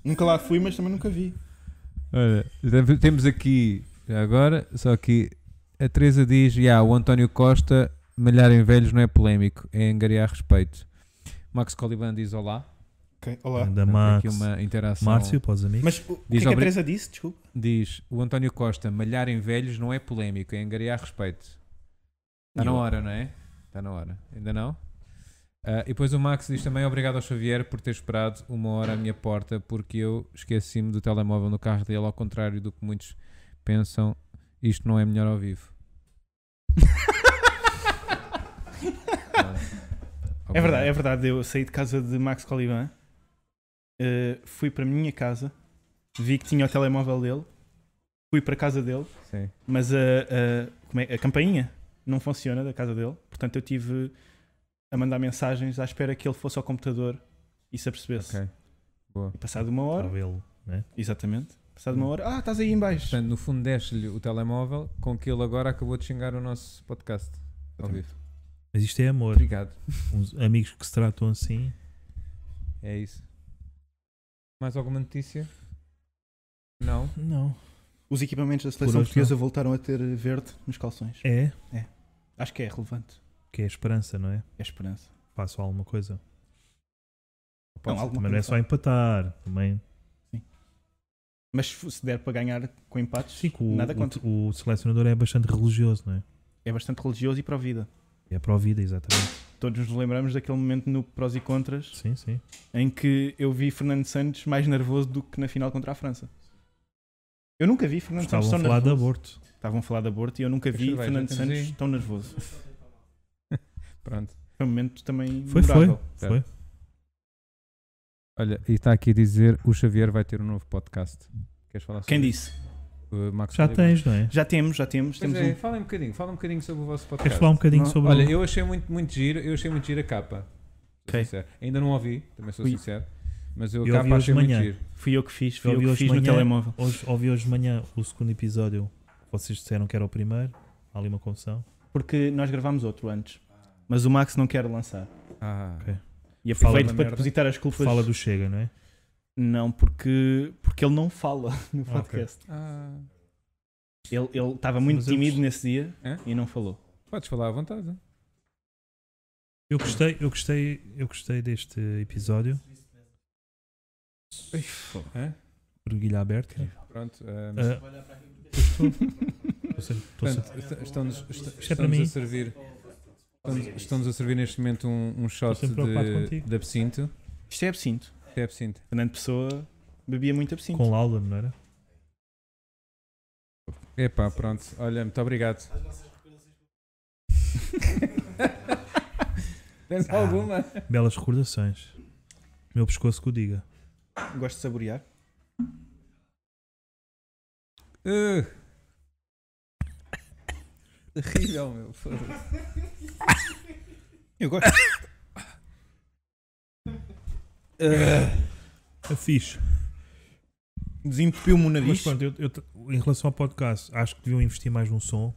Nunca lá fui, mas também nunca vi. Olha, tem- temos aqui, já agora, só que a Teresa diz: "Ya, o António Costa, malhar em velhos não é polémico, é angariar respeito. Max Coliban diz olá. Ok, olá. Da Portanto, Max. aqui uma interação. Márcio, para os amigos. Mas o, o que é Diz que a obri- Teresa disse? Desculpa. Diz: o António Costa, malhar em velhos não é polémico, é angariar respeito. Está na Eu- hora, não é? Está na hora. Ainda não? Ah, e depois o Max diz também obrigado ao Xavier por ter esperado uma hora à minha porta porque eu esqueci-me do telemóvel no carro dele, ao contrário do que muitos pensam, isto não é melhor ao vivo. (laughs) É verdade, é verdade. Eu saí de casa de Max Coliban, eh, fui para a minha casa, vi que tinha o telemóvel dele, fui para a casa dele, Sim. mas a, a- como é- a campainha não funciona da casa dele, portanto eu tive a mandar mensagens à espera que ele fosse ao computador e se apercebesse. Ok. Boa. Tá Hum. E passado uma hora, Sabe ele, né? exatamente, passado uma hora, ah, estás aí em baixo. Portanto, no fundo deste-lhe o telemóvel com que ele agora acabou de xingar o nosso podcast ao vivo. Mas isto é amor. Obrigado. Uns amigos que se tratam assim. É isso. Mais alguma notícia? Não? Não. Os equipamentos da Por seleção hoje portuguesa voltaram a ter verde nos calções. É, Acho que é relevante. que é a esperança, não é? É esperança. Faço alguma coisa. Não, alguma Mas não é coisa. só empatar. Também. Mas se der para ganhar com empates, Sim, que o, nada contra. o, o selecionador é bastante religioso, não é? é bastante religioso e pró-vida. É para a vida, exatamente. Todos nos lembramos daquele momento no prós e contras Sim, sim. em que eu vi Fernando Santos mais nervoso do que na final contra a França. Eu nunca vi Fernando Estavam a Santos tão falar de nervoso. aborto. Estavam a falar de aborto e eu nunca As vi cervejas, Fernando temos Santos aí. tão nervoso. Pronto. Tá. Foi um momento também Foi, memorável. Foi? Olha, e está aqui a dizer o Xavier vai ter um novo podcast. Queres falar sobre Quem disse? isso? O Max Já Oliver. tens, não é? Já temos, já temos. Pois temos é, um... fala um bocadinho, fala um bocadinho sobre o vosso podcast. Queres falar um bocadinho Não. sobre Olha, o... eu achei muito, muito giro, eu achei muito giro a capa. Sou Ok. sincero. Ainda não ouvi, também sou Ui. sincero. Mas eu a Eu ouvi capa hoje achei muito de manhã. giro. um. Fui eu que fiz, Eu fui eu vi que hoje fiz no de manhã. telemóvel. Hoje, ouvi hoje de manhã o segundo episódio. Vocês disseram que era o primeiro. Há ali uma confusão. Porque nós gravámos outro antes. Mas o Max não quer lançar. Ah, Ok. E Fala aproveito da para merda. depositar as culpas. Fala do Chega, não é? Não, porque, porque ele não fala (laughs) no Ah, ok. podcast. Ah. Ele ele estava muito Mas eu- tímido nesse dia Hã? e não falou. Podes falar à vontade. hein? Eu gostei, eu gostei, eu gostei deste episódio. Hã? Perguilha aberta. Pronto. ah, mas- Ah, tô sem- tô sem- portanto, est- estamos est- é para estamos mim. a servir. Estamos, estamos a servir neste momento um, um shot sempre preocupado de, contigo. de absinto. Isto é absinto. É absinto. Fernando Pessoa bebia muito absinto. com Laudon, não era? Epá, pronto. Olha, muito obrigado. (laughs) Tens Ah. alguma? Belas recordações. Meu pescoço que o diga. Gosto de saborear. Uh. Terrível, meu. foda-se. Eu gosto. Ah, É fixe. Desentupiu-me o Mas nariz. pronto, eu- eu t- em relação ao podcast, acho que deviam investir mais num som.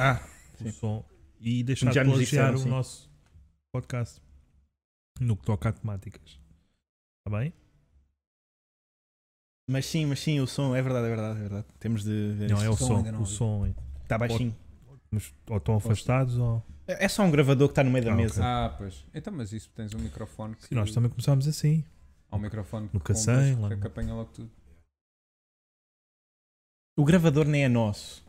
Ah, o Sim. som e deixar Já de nos plagiar disseram, o sim. nosso podcast no que toca a temáticas. Está bem? Mas sim, mas sim, o som. É verdade, é verdade, é verdade. Temos de ver Não, isso. é o som som. ainda não o ouvi. som. hein? Está baixinho. Mas ou estão afastados ou. É é só um gravador que está no meio da Ah, ok. mesa. Ah, pois. Então, mas isso tens um microfone que. Sim, nós também começámos assim. Há um microfone que No compras Cacém, lá que no- apanha logo tudo. O gravador nem é nosso.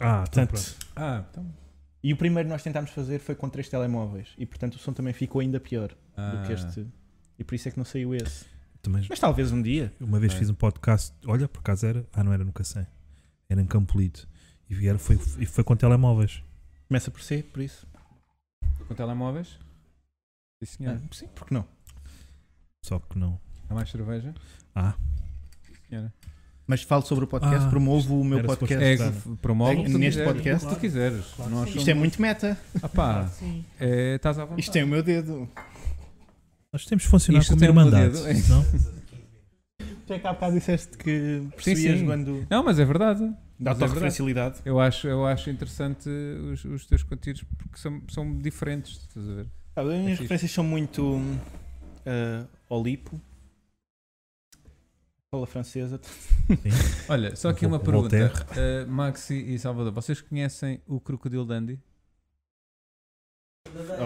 Ah, então Portanto, pronto. Ah, então. e o primeiro que nós tentámos fazer foi com três telemóveis. E portanto o som também ficou ainda pior do Ah. que este. E por isso é que não saiu esse. Também, Mas talvez um dia. uma vez Ok. fiz um podcast. Olha, por acaso era. Ah, não era no Cacém. Era em Campolito. E vieram, foi, e foi com telemóveis. Começa por C, por isso. Com telemóveis? Sim, senhor. Ah, sim, porque não? Só que não. Há mais cerveja? Ah. Sim, senhora. Mas falo sobre o podcast, Ah, promovo o meu era suposto- podcast. É, Claro. f- promove o que tu Neste quiseres, podcast? o que tu quiseres. Não acho- Isto é muito meta. Ah pá, é, estás à vontade. Isto tem o meu dedo. Nós temos de funcionar Isto como tem um irmandade. dedo, é? senão- (laughs) Tu é que há bocado disseste que percebias sim. quando. Não, mas é verdade. da Mas é autorreferencialidade. Eu acho, eu acho interessante os, os teus conteúdos porque são, são diferentes, estás a ver? Ah, as É minhas fixe. referências são muito. hum, ah, Olipo. Fala francesa. Olha, só aqui Vol- uma pergunta. Voltaire. Uh, Maxi e Salvador, vocês conhecem o Crocodilo Dandy?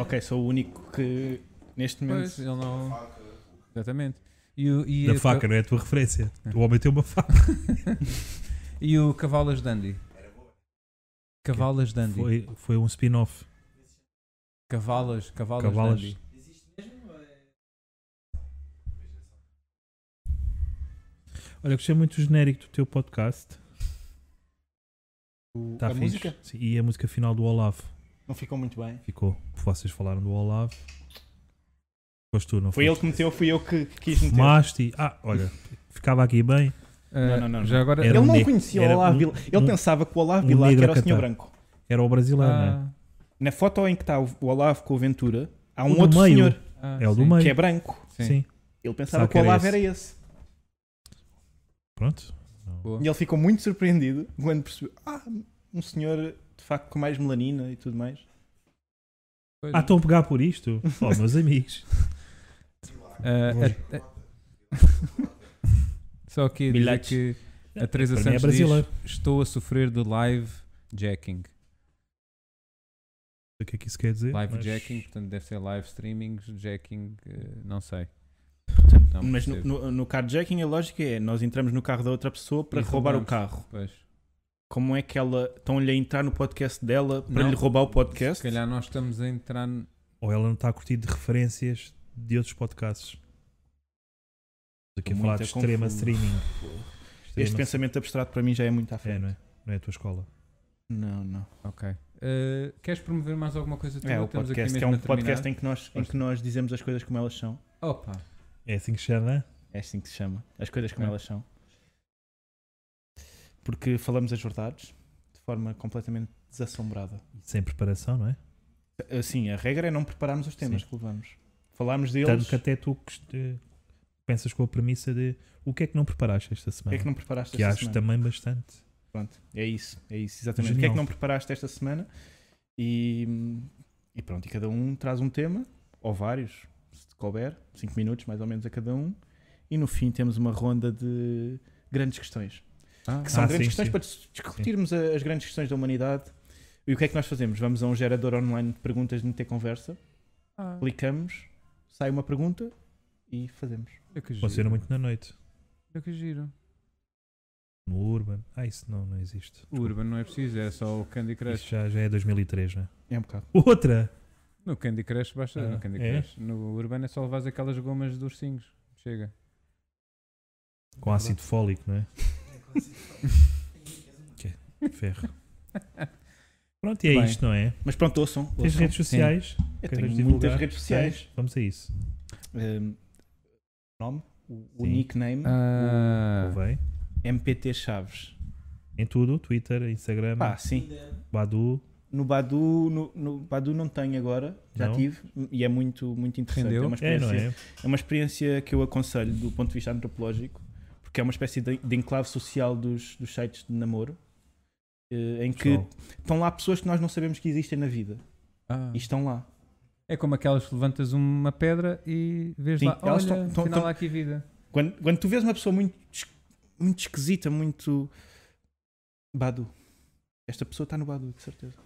Ok, sou o único que neste momento. Pois, ele não. Exatamente. E o, e Da a- faca, não é a tua referência. O homem tem uma faca. né? e o Cavalas Dandy? Cavalas Dandy. Foi, foi um spin-off. Cavalas, cavalas, Cavalas. Dandy. Olha, gostei muito do genérico do teu podcast. o- Tá a fixe. música Sim, e a música final do Olavo não ficou muito bem. ficou. Vocês falaram do Olavo. Foste tu, não Foi foste? ele que meteu, fui eu que quis meter. Fumaste. e- Ah, olha, ficava aqui bem. Uh, não, não, Já agora. Era ele um não ne- conhecia o era Olavo um- Vilar. Ele um- pensava que o Olavo um Vilar que negro era o a senhor cantar. branco. Era o brasileiro, não é? Ah, Na foto em que está o o Olavo com o Ventura, há O um do outro meio. senhor ah, É o do sim. meio. que é branco. Sim. Sim. Ele pensava Sabe que o que era Olavo esse. era esse. Pronto. Boa. E ele ficou muito surpreendido quando percebeu: ah, um senhor de facto com mais melanina e tudo mais. Pois. Ah, estão a pegar por isto? Oh, (laughs) meus amigos. Ah, a- a- (laughs) Só aqui dizer Bilhetes. que a Teresa Para mim é Santos brasileiro. diz Estou a sofrer de live jacking. O que é que isso quer dizer? Live mas- jacking, portanto deve ser live streaming, jacking, eh, não sei. Não é Mas no, percebo. no, no carjacking a lógica é: nós entramos no carro da outra pessoa para E roubar o roubamos. carro. Pois. Como é que ela. Estão-lhe a entrar no podcast dela para Não. lhe roubar o Se podcast? calhar nós estamos a entrar. n- Ou ela não está a curtir de referências de outros podcasts. Estou aqui a Muito falar de é extrema confuso. streaming. Extrema- Este pensamento abstrato para mim já é muito à É, frente. não é? Não é a tua escola. não, não. Eh, queres promover mais alguma coisa? tua? É, o Estamos Então aqui podcast, que mesmo é um a terminar. podcast em que, nós, em que nós dizemos as coisas como elas são. Opa, É assim que se chama? É assim que se chama. As coisas como É. Ok. elas são. Porque falamos as verdades de forma completamente desassombrada. Sem preparação, não é? Assim, a regra é não prepararmos os temas Sim. que levamos. Falarmos deles. Tanto que até tu que- pensas com a premissa de o que é que não preparaste esta O que semana? é que não preparaste Que esta acho semana? também bastante. Pronto, é isso, é isso, exatamente. O que é Genial. que não preparaste esta semana? E, e pronto, e cada um traz um tema, ou vários, se te couber, 5 minutos mais ou menos a cada um, e no fim temos uma ronda de grandes questões. Ah, que são Ah, grandes sim, questões sim. para dis- discutirmos a- as grandes questões da humanidade. E o que é que nós fazemos? Vamos a um gerador online de perguntas de meter conversa, ah, clicamos, sai uma pergunta e fazemos. olha que giro. Funciona muito na noite. Olha que giro. No Urban. Ah, isso não, não existe. O Urban não é preciso, é só o Candy Crush. Isso já, já é 2003, né? É um bocado. Outra! No Candy Crush basta. Ah, no Candy é? Crush. No Urban é só levar aquelas gomas dos ursinhos. Chega. Com ácido fólico, (laughs) não é? (laughs) Ferro. Pronto, e é Bem. isto, não é? Mas pronto, ouçam. Tens ouçam. redes sociais? Eu Queres tenho divulgar? muitas redes sociais. Tens? Vamos a isso. Um, nome, o, Sim. o Ah. nickname, Ah. Ah. Convém. MPT Chaves. Em tudo, Twitter, Instagram, Pá, sim. Badu. No Badu, no, no Badu não tenho agora, já Não? tive, e é muito, muito interessante. Rendeu? É uma É, experiência não é? É uma experiência que eu aconselho do ponto de vista antropológico, porque é uma espécie de, de enclave social dos, dos sites de namoro, eh, em que Pessoal. estão lá pessoas que nós não sabemos que existem na vida Ah. e estão lá. É como aquelas que levantas uma pedra e vês Sim, lá, olha, elas tão- tão- afinal tão- há aqui vida. Quando, quando tu vês uma pessoa muito, es- muito esquisita, muito. Badu. Esta pessoa está no Badu, de certeza.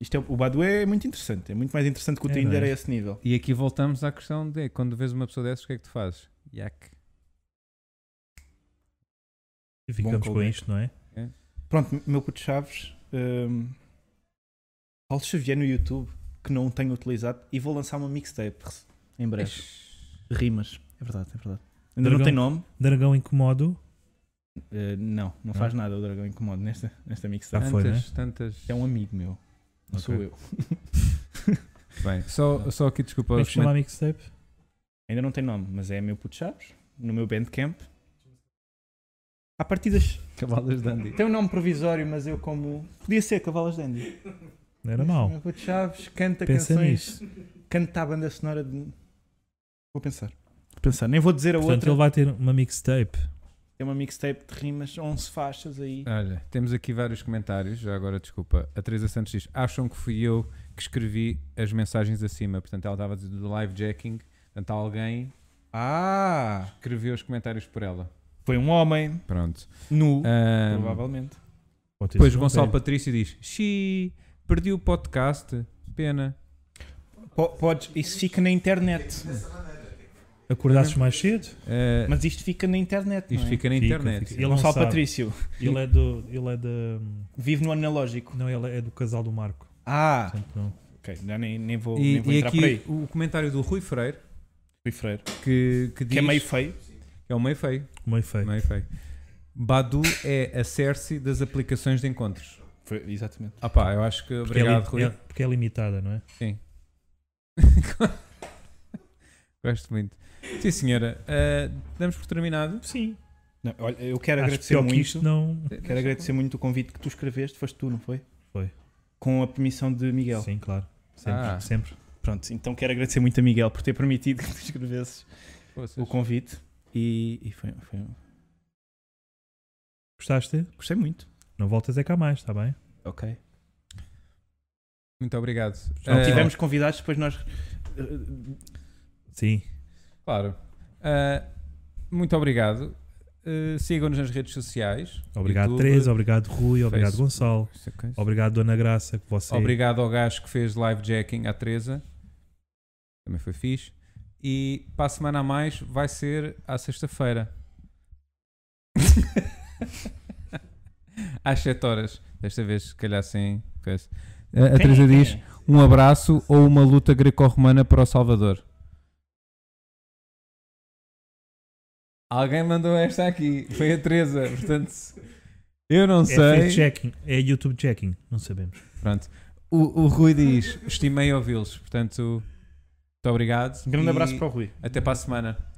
Isto é, o Badu é muito interessante, é muito mais interessante que o É, Tinder não é? a esse nível. E aqui voltamos à questão de quando vês uma pessoa dessas, o que é que tu fazes? Yak. E ficamos com callback. isto, não é? Pronto, meu puto Chaves. hum, Paulo Xavier no YouTube, que não tenho utilizado, e vou lançar uma mixtape em breve. Rimas. É verdade, é verdade. Ainda Dragão. não tem nome? Dragão Incomodo. Eh, não, não faz nada o Dragão Incomodo nesta, nesta mixtape. Ah, Tantas, foi, tantas. É um amigo meu. Não sou Ok. eu. Bem, (laughs) só, só aqui desculpa Como é os que se chama a mixtape? Ainda não tem nome, mas é meu puto Chaves, no meu Bandcamp. Há partidas. cavalas de Andy. Tem um nome provisório, mas eu como. Podia ser Cavalas de Andy. Não era mau. Meu puto Chaves canta Pensa canções. nisso. Canta a banda sonora de. Vou pensar. Vou pensar. Nem vou dizer a Portanto, outra. ele vai ter uma mixtape. Tem uma mixtape de rimas, 11 faixas aí. Olha, temos aqui vários comentários, já agora desculpa. A Teresa Santos diz: acham que fui eu que escrevi as mensagens acima. Portanto, ela estava a dizer do live jacking. Portanto, alguém Ah! escreveu os comentários por ela. Foi um homem, Pronto. nu, Ahm, provavelmente. Pode ter depois sido um Gonçalo pé. Patrício diz: Xi, perdi o podcast. Pena. Po- Podes, isso fica na internet. Acordasses mais cedo? Eh, Mas isto fica na internet. isto não é? fica na Fica, internet. fica. Ele não Gonçalo sabe. Patrício, Ele é do. Ele é da. vive no analógico. Não, ele é do casal do Marco. Ah! Portanto, não. Ok, já nem, nem vou, E, nem vou e entrar por aí. aqui o comentário do Rui Freire, Fui freiro. que, que diz. Que é meio feio. É o meio feio. Meio feio. Meio feio. Badu é a Cersei das aplicações de encontros. Foi- exatamente. Ah pá, eu acho que. Porque é li- Obrigado, Rui. é- porque é limitada, não é? (laughs) Gosto muito. Sim, senhora. Ah, damos por terminado. Sim. Não, olha, eu quero Acho agradecer pior que muito. isto não. Quero agradecer muito o convite que tu escreveste. Foste tu, não foi? Foi. Com a permissão de Miguel. Sim, claro. Sempre. Ah. sempre. Pronto, então quero agradecer muito a Miguel por ter permitido (laughs) que tu escrevesses Vocês. o convite. E, e foi, foi- um, Gostaste? Gostei muito. Não voltas é cá mais, está bem? Ok. Muito obrigado. Não Ah, Tivemos convidados, depois nós. Sim. Claro. Ah, muito obrigado. Ah, Sigam-nos nas redes sociais. Obrigado, YouTube. Teresa. Obrigado, Rui. Obrigado, Facebook. Gonçalo. Obrigado, Dona Graça, que você. Obrigado ao gajo que fez live jacking à Teresa. Também foi fixe. E para a semana a mais vai ser à sexta-feira. (laughs) Às 7 horas. Desta vez, se calhar sem. coisa. A é a Teresa diz: um abraço ou uma luta greco-romana para o Salvador. Alguém mandou esta aqui. Foi a Teresa. Portanto, eu não É feito sei. checking. É YouTube checking. Não sabemos. Pronto. O, o Rui diz: estimei ouvi-los. Portanto, muito obrigado. Um grande e abraço para o Rui. Até para a semana.